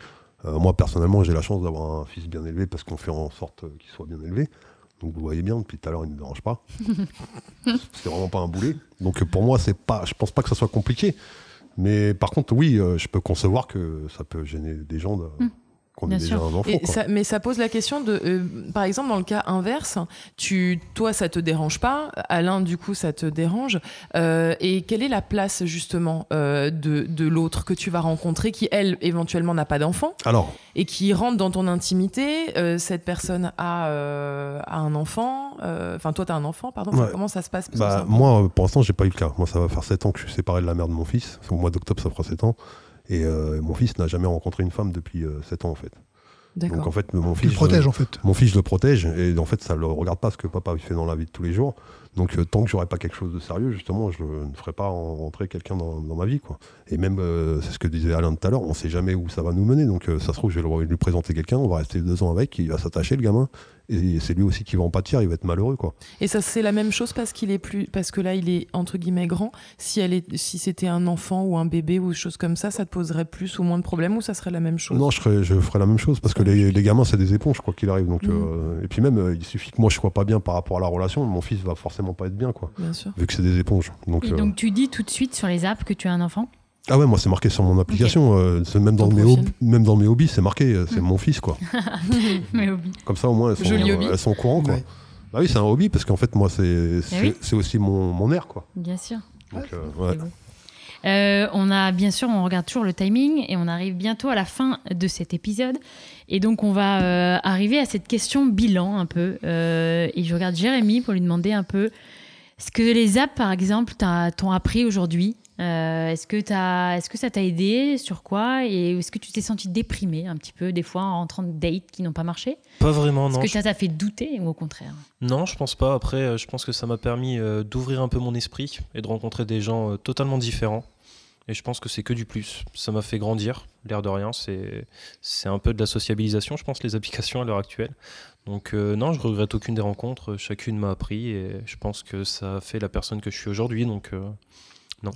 Euh, moi, personnellement, j'ai la chance d'avoir un fils bien élevé parce qu'on fait en sorte euh, qu'il soit bien élevé. Donc, vous voyez bien, depuis tout à l'heure, il ne me dérange pas. c'est vraiment pas un boulet. Donc, euh, pour moi, c'est pas, je pense pas que ça soit compliqué. Mais par contre, oui, euh, je peux concevoir que ça peut gêner des gens de-
Mm.
qu'on
Bien
ait déjà
sûr.
un enfant.
Et
quoi.
ça- mais ça pose la question de, euh, par exemple, dans le cas inverse, tu, toi, ça te dérange pas, Alain, du coup, ça te dérange. euh, et quelle est la place justement euh, de, de l'autre que tu vas rencontrer, qui elle, éventuellement, n'a pas d'enfant
Alors,
et qui rentre dans ton intimité euh, Cette personne a, euh, a un enfant, euh, enfin, toi, tu as un enfant, pardon.
Ouais.
Comment ça se passe parce que
Bah,
ça-
moi, euh, pour l'instant, j'ai pas eu le cas. Moi, ça va faire 7 ans que je suis séparé de la mère de mon fils. Au mois d'octobre, ça fera 7 ans. Et euh, mon fils n'a jamais rencontré une femme depuis euh, 7 ans, en fait.
D'accord.
Donc en fait, mon
Tu
fils,
le
je-
protèges en fait.
mon fils, je le protège et en fait, ça le regarde pas ce que papa fait dans la vie de tous les jours. Donc euh, tant que j'aurai pas quelque chose de sérieux, justement, je ne ferai pas en- rentrer quelqu'un dans, dans ma vie, quoi. Et même, euh, c'est ce que disait Alain tout à l'heure, on sait jamais où ça va nous mener. Donc euh, ça se trouve, je vais le- lui présenter quelqu'un, on va rester deux ans avec, il va s'attacher le gamin. Et c'est lui aussi qui va en pâtir, il va être malheureux, quoi.
Et ça, c'est la même chose parce qu'il est plus, parce que là, il est entre guillemets grand. Si elle est, si c'était un enfant ou un bébé ou chose comme ça, ça te poserait plus ou moins de problèmes ou ça serait la même chose.
Non, je ferais, je ferais la même chose parce que les, les gamins, c'est des éponges, quoi qu'il arrive. Donc,
Mhm.
euh, et puis même, euh, il suffit que moi je sois pas bien par rapport à la relation, mon fils va forcément pas être bien, quoi,
Bien sûr.
vu que c'est des éponges. Donc,
Et
euh,
donc tu dis tout de suite sur les apps que tu as un enfant
ah ouais, moi c'est marqué sur mon application, euh, c'est même, dans
Ton
mes
profil.
hob- même dans mes hobbies, c'est marqué, euh, c'est mon fils, quoi.
Mais oublie.
Comme ça, au moins, elles sont, euh,
Joli hobby.
elles sont au courant, quoi.
Ouais.
Bah oui, c'est un hobby parce qu'en fait, moi, c'est c'est
oui.
c'est aussi mon, mon air, quoi.
Bien sûr.
Donc, euh, ouais.
beau. Euh, on a bien sûr, on regarde toujours le timing et on arrive bientôt à la fin de cet épisode. Et donc on va euh, arriver à cette question bilan un peu. Euh, et je regarde Jérémy pour lui demander un peu ce que les apps par exemple t'as- t'ont appris aujourd'hui. Euh, Est-ce que, t'as- est-ce que ça t'a aidé Sur quoi Et est-ce que tu t'es senti déprimé un petit peu des fois en rentrant de dates qui n'ont pas marché
Pas vraiment,
Est-ce
non.
que
Je-
ça t'a fait douter ou au contraire
Non, je pense pas. Après, euh, je pense que ça m'a permis euh, d'ouvrir un peu mon esprit et de rencontrer des gens euh, totalement différents. Et je pense que c'est que du plus. Ça m'a fait grandir, l'air de rien. C'est c'est un peu de la sociabilisation, je pense, les applications à l'heure actuelle. Donc euh, non, je regrette aucune des rencontres. Chacune m'a appris et je pense que ça a fait la personne que je suis aujourd'hui. Donc euh,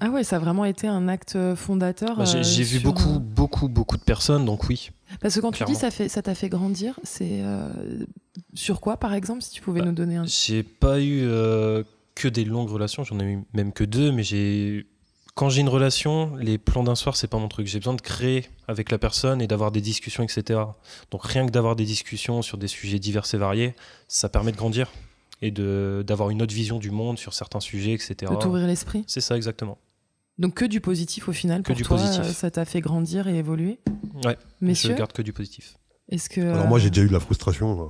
Ah ouais, ça a vraiment été un acte fondateur.
bah, j'ai
euh,
j'ai vu
sur-
beaucoup, beaucoup, beaucoup de personnes. Donc oui,
Parce que quand tu
Clairement.
dis ça fait, ça t'a fait grandir, c'est euh, sur quoi par exemple, si tu pouvais
Bah,
nous donner un.
J'ai pas eu euh, que des longues relations, j'en ai eu même que deux, mais j'ai. Quand j'ai une relation, les plans d'un soir, c'est pas mon truc. J'ai besoin de créer avec la personne et d'avoir des discussions, etc. Donc rien que d'avoir des discussions sur des sujets divers et variés, ça permet de grandir et de d'avoir une autre vision du monde sur certains sujets, etc.
De t'ouvrir l'esprit.
C'est ça exactement.
Donc que du positif au final
Que
pour
du
toi,
positif.
euh, ça t'a fait grandir et évoluer.
Ouais,
Messieurs,
je garde que du positif.
est-ce que
Alors, moi, j'ai déjà eu de la frustration. euh,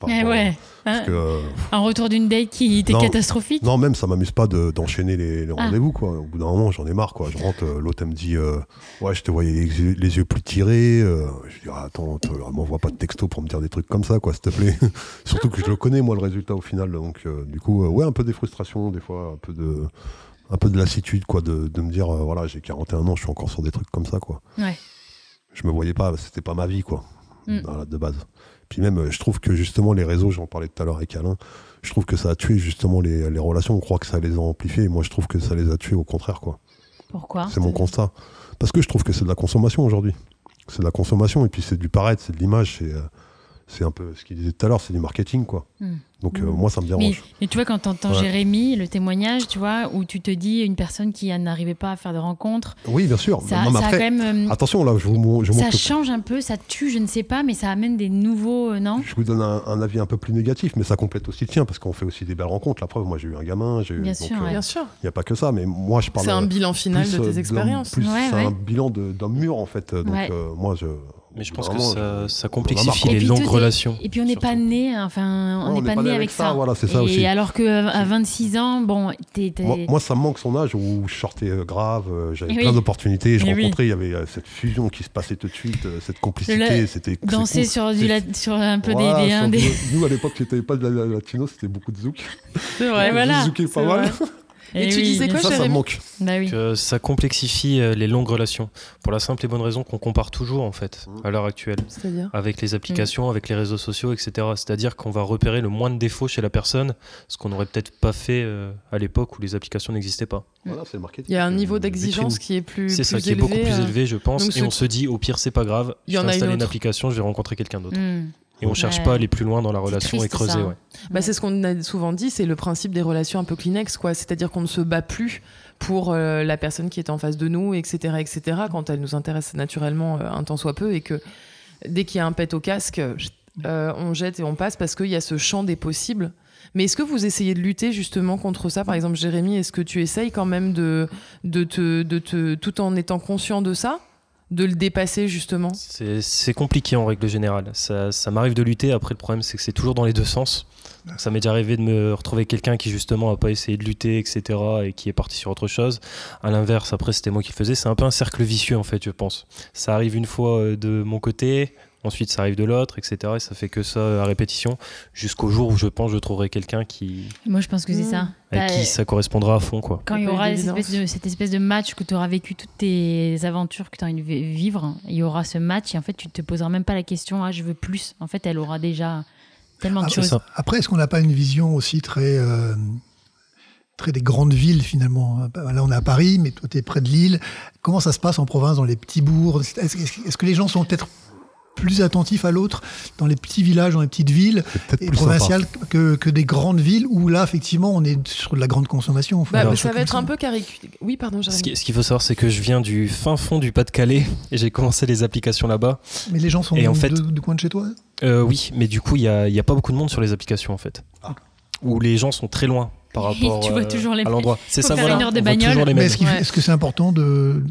par
Eh
rapport à-
ouais.
parce que, euh,
Un retour d'une date qui était
Non.
catastrophique
Non, même ça m'amuse pas de- d'enchaîner les, les
Ah.
rendez-vous quoi. Au bout d'un moment, j'en ai marre quoi. Je rentre, euh, l'autre elle me dit euh, ouais, je te voyais les, yeux- les yeux plus tirés. euh. je dis Ah, attends, te- m'envoie pas de texto pour me dire des trucs comme ça quoi, s'il te plaît. Surtout que je le connais moi le résultat au final. Donc euh, du coup, euh, ouais, un peu des frustrations des fois, un peu de un peu de lassitude quoi, de, de me dire euh, voilà, j'ai 41 ans, je suis encore sur des trucs comme ça quoi.
Ouais.
Je me voyais pas, c'était pas ma vie quoi,
Mm.
voilà, de base. Puis même, euh, je trouve que justement les réseaux, j'en parlais tout à l'heure avec Alain je trouve que ça a tué justement les, les relations. On croit que ça les a amplifiées. Moi, je trouve que ça les a tuées au contraire. quoi.
Pourquoi
c'est mon constat. Parce que je trouve que c'est de la consommation aujourd'hui. C'est de la consommation et puis c'est du paraître, c'est de l'image. C'est, euh, c'est un peu ce qu'il disait tout à l'heure, c'est du marketing. quoi.
Hmm.
Donc euh,
Hmm.
moi, ça me
Mais,
dérange.
mais tu vois, quand t'entends
Ouais.
Jérémy, le témoignage, tu vois, où tu te dis une personne qui n'arrivait pas à faire de rencontre,
Oui, bien sûr.
ça,
Non, Oh, mais
ça a
après,
quand même. euh,
attention, là, je vous, mon- je vous
ça
montre-
change un peu, ça tue, je ne sais pas, mais ça amène des nouveaux. euh, non
Je vous donne un, un avis un peu plus négatif, mais ça complète aussi le tien parce qu'on fait aussi des belles rencontres. La preuve, moi, j'ai eu un gamin. J'ai eu,
Bien
donc,
sûr,
euh,
ouais.
bien sûr,
Il n'y a pas que ça, mais moi, je parle.
c'est un
euh,
bilan final
plus,
de
euh,
tes
d'un-
expériences.
Plus
Ouais,
c'est
ouais.
un bilan de- d'un mur en fait. Donc
Ouais.
euh, moi je.
Mais je pense que
vraiment,
ça, ça
j'en ai marre,
complexifie
quoi.
les
puis
longues
tout est-
relations.
Et puis on n'est pas
surtout.
né, enfin, on
Ouais,
n'est pas, né avec ça.
Voilà, c'est ça
et
aussi.
alors qu'à à 26 ans, bon, t'es. t'es-
Moi, moi, ça me manque son âge où je sortais euh, grave, euh, j'avais
Eh
plein
oui.
d'opportunités, je
Eh oui.
rencontrais, il y avait euh, cette fusion qui se passait tout de suite, euh, cette
Le-
complicité, c'était c'est
Danser
cool.
sur, du,
C'est-
la- sur un peu des-
Voilà,
des.
sur
un
du-
des-
Nous, à l'époque, c'était pas de la la latino, c'était beaucoup de zouk.
C'est
Ouais,
vrai.
Ah, voilà,
le zouk est
c'est
pas mal.
vrai.
Eh
Et tu
oui,
disais
bien
quoi,
ça,
sûr.
ça me
Jérémy
manque.
Bah oui.
que ça complexifie euh, les longues relations pour la simple et bonne raison qu'on compare toujours en fait
Mmh.
à l'heure actuelle
C'est-à-dire
avec les
Mm.
applications, avec les réseaux sociaux, etc. C'est-à-dire qu'on va repérer le moins de défauts chez la personne, ce qu'on n'aurait peut-être pas fait euh, à l'époque où les applications n'existaient pas.
Mm.
Voilà, c'est le marketing.
Il y a un
C'est
niveau
une
d'exigence
vitrine.
qui est plus,
Euh, C'est
plus
ça qui est
élevé.
beaucoup plus
euh,
élevé, je pense,
donc
et
ceux
on
qui-
se dit au pire c'est pas grave,
Il y
je vais
en a une
installer une,
autre. Mm.
application, je vais rencontrer quelqu'un d'autre.
Hmm.
Et on cherche
Ouais.
pas à aller plus loin dans la
C'est
relation
triste,
et creuser.
ça.
ouais.
Bah, c'est ce qu'on a souvent dit, c'est le principe des relations un peu Kleenex, quoi. C'est-à-dire qu'on ne se bat plus pour euh, la personne qui est en face de nous, etc., etc. Quand elle nous intéresse naturellement euh, un tant soit peu et que dès qu'il y a un pet au casque, euh, euh, on jette et on passe parce qu'il y a ce champ des possibles. Mais est-ce que vous essayez de lutter justement contre ça Par exemple, Jérémy, est-ce que tu essayes quand même de, de, te, de te, tout en étant conscient de ça, de le dépasser justement
C'est c'est compliqué en règle générale. Ça, ça m'arrive de lutter. Après, le problème, c'est que c'est toujours dans les deux sens. Donc, Ça m'est déjà arrivé de me retrouver avec quelqu'un qui, justement, a pas essayé de lutter, etc., et qui est parti sur autre chose. À l'inverse, après, c'était moi qui le faisais. C'est un peu un cercle vicieux, en fait, je pense. Ça arrive une fois euh, de mon côté, ensuite ça arrive de l'autre, etc. Et ça fait que ça euh, à répétition, jusqu'au jour où je pense que je trouverai quelqu'un qui,
Moi, je pense que
Hmm.
c'est ça.
à
Bah,
qui ça correspondra à fond, quoi.
Quand il y
Pas
aura cette
d'évidence.
espèce, de, cette espèce de match que tu auras vécu toutes tes aventures que tu as envie de vi- vivre, il y aura ce match et en fait, tu te poseras même pas la question, ah, je veux plus. En fait, elle aura déjà tellement de
Ah, c'est
choses.
ça.
Après, est-ce qu'on n'a pas une vision aussi très, euh, très des grandes villes finalement Là, on est à Paris, mais toi, tu es près de Lille. Comment ça se passe en province, dans les petits bourgs Est-ce est-ce- est-ce que les gens sont peut-être plus attentifs à l'autre dans les petits villages, dans les petites villes
C'est peut-être
et
plus sympa.
provinciales que, que des grandes villes où là, effectivement, on est sur de la grande consommation en fait.
Bah,
Alors,
ça
je-
va être un peu caricaturé. Oui, pardon,
Ce
Jérémy.
qui- ce qu'il faut savoir, c'est que je viens du fin fond du Pas-de-Calais et j'ai commencé les applications là-bas.
Mais les gens sont
Et en fait-
de- du coin de chez toi
Euh, oui, mais du coup, il n'y a, il y a pas beaucoup de monde sur les applications en fait.
Ah.
Où les gens sont très loin par
Et
rapport
tu vois
euh,
toujours les
à
mêmes.
l'endroit. C'est
Faut
ça,
faire
voilà.
une heure de
on voit
bagnole.
toujours les
Mais
mêmes.
est-ce qu'il-
Ouais.
est-ce que c'est important de.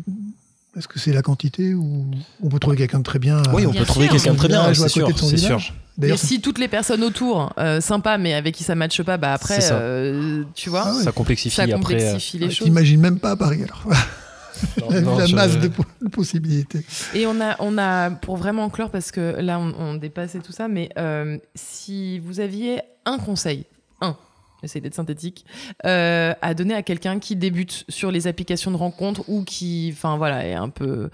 Est-ce que c'est la quantité ou on peut trouver quelqu'un de très bien
Oui, on
Bien
peut trouver
sûr.
quelqu'un de très bien,
Village ou à
c'est sûr.
côté de son
c'est sûr.
village.
Mais
D'ailleurs,
si toutes les personnes autour, euh, sympa, mais avec qui ça matche pas, bah après,
C'est ça.
euh, tu vois,
Ah ouais.
Ça complexifie
ça
après. euh,
complexifie les
Je
choses.
t'imagine Ah, même pas à Paris alors.
non,
la,
non,
la
je-
masse de, po- de possibilités.
Et on a, on a, pour vraiment clore, parce que là, on, on dépasse et tout ça, mais euh, si vous aviez un conseil, un, j'essaie d'être synthétique, euh, à donner à quelqu'un qui débute sur les applications de rencontres ou qui, enfin voilà, est un peu.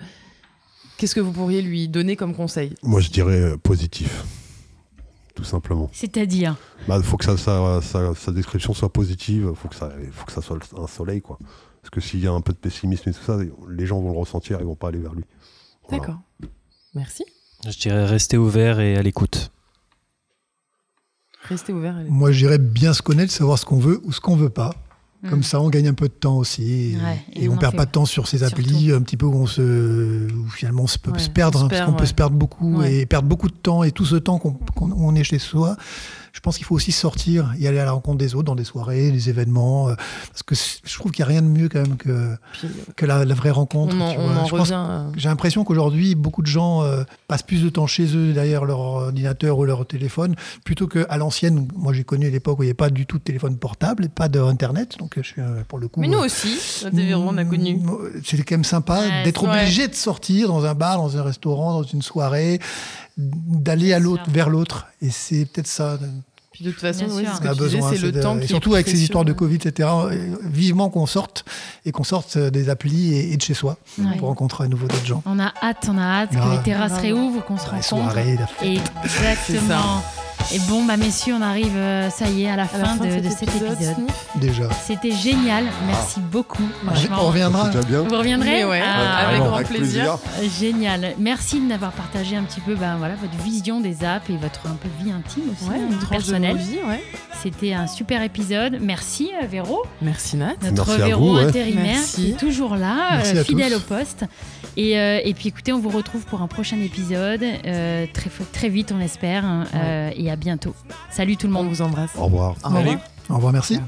Qu'est-ce que vous pourriez lui donner comme conseil
Moi, je dirais euh, positif. Tout simplement.
C'est-à-dire,
Il Bah, faut que ça, ça- ça- sa description soit positive, il faut, que ça- faut que ça soit un soleil. quoi. Parce que s'il y a un peu de pessimisme et tout ça, les gens vont le ressentir, ils vont pas aller vers lui. Voilà.
D'accord. Merci.
Je dirais rester ouvert et à l'écoute.
Restez ouvert. allez.
Moi, je dirais bien se connaître, savoir ce qu'on veut ou ce qu'on veut pas. Comme
Mm.
ça, on gagne un peu de temps aussi. Et,
Ouais, et
et
on
on
en
perd
fait-
pas de temps sur ces applis, un petit peu où on se, où finalement on se peut
Ouais,
se perdre,
on se
hein, parce
perd,
qu'on
ouais.
peut se perdre beaucoup
Ouais.
et perdre beaucoup de temps. Et tout ce temps qu'on qu'on- on est chez soi, je pense qu'il faut aussi sortir et aller à la rencontre des autres dans des soirées, des événements. euh, Parce que c'est- je trouve qu'il n'y a rien de mieux quand même que,
Puis, euh,
que la, la vraie rencontre.
on en,
tu
on
vois.
en
Je pense
revient. euh,
J'ai l'impression qu'aujourd'hui, beaucoup de gens euh, passent plus de temps chez eux derrière leur ordinateur ou leur téléphone, plutôt qu'à l'ancienne. Moi, j'ai connu l'époque où il n'y avait pas du tout de téléphone portable et pas d'Internet. Donc, je suis, euh, pour le coup.
Mais nous
euh,
aussi, la TV, on a connu.
mm, C'était quand même sympa
Ouais,
d'être
ouais.
obligé de sortir dans un bar, dans un restaurant, dans une soirée, d'aller à
Bien
l'autre,
sûr.
vers l'autre. Et c'est peut-être ça
Puis de toute façon,
Bien
oui,
sûr.
c'est ce
on
que
a
tu disais,
Ah, besoin.
c'est le
de-
temps qui
et
est
surtout avec ces
précieux.
histoires de Covid, etc. euh, Vivement qu'on sorte et qu'on sorte euh, des applis et, et de chez soi
Ouais.
pour rencontrer à nouveau d'autres gens.
on a hâte, on a hâte que
Grave.
les terrasses
Grave.
réouvrent, qu'on se
La
rencontre.
soirée, la fête.
C'est
Exactement.
ça.
Et bon, bah messieurs, on arrive, euh, ça y est, à la,
À la
fin, de, de cet épisode.
Sniff.
Déjà.
C'était génial, merci beaucoup.
On
Franchement.
reviendra.
C'est déjà bien.
Vous reviendrez
Mais ouais,
Ah,
avec
vraiment.
grand plaisir.
Génial. Merci de m'avoir partagé un petit peu ben, voilà, votre vision des apps et votre un peu vie intime aussi,
Ouais,
hein,
une tranche de
personnelle.
nos vies, ouais.
C'était un super épisode. Merci euh, Véro,
Merci Nat.
notre
Merci à
Véro
vous, ouais.
intérimaire
Merci.
qui est toujours là, euh,
Merci à
fidèle
tous.
au poste. Et, euh, et puis écoutez, on vous retrouve pour un prochain épisode, euh, très, très vite on espère, hein, euh, et à bientôt. Salut tout le
On
monde.
vous embrasse.
Oh,
Au revoir.
Ah,
Au revoir.
Au revoir, merci.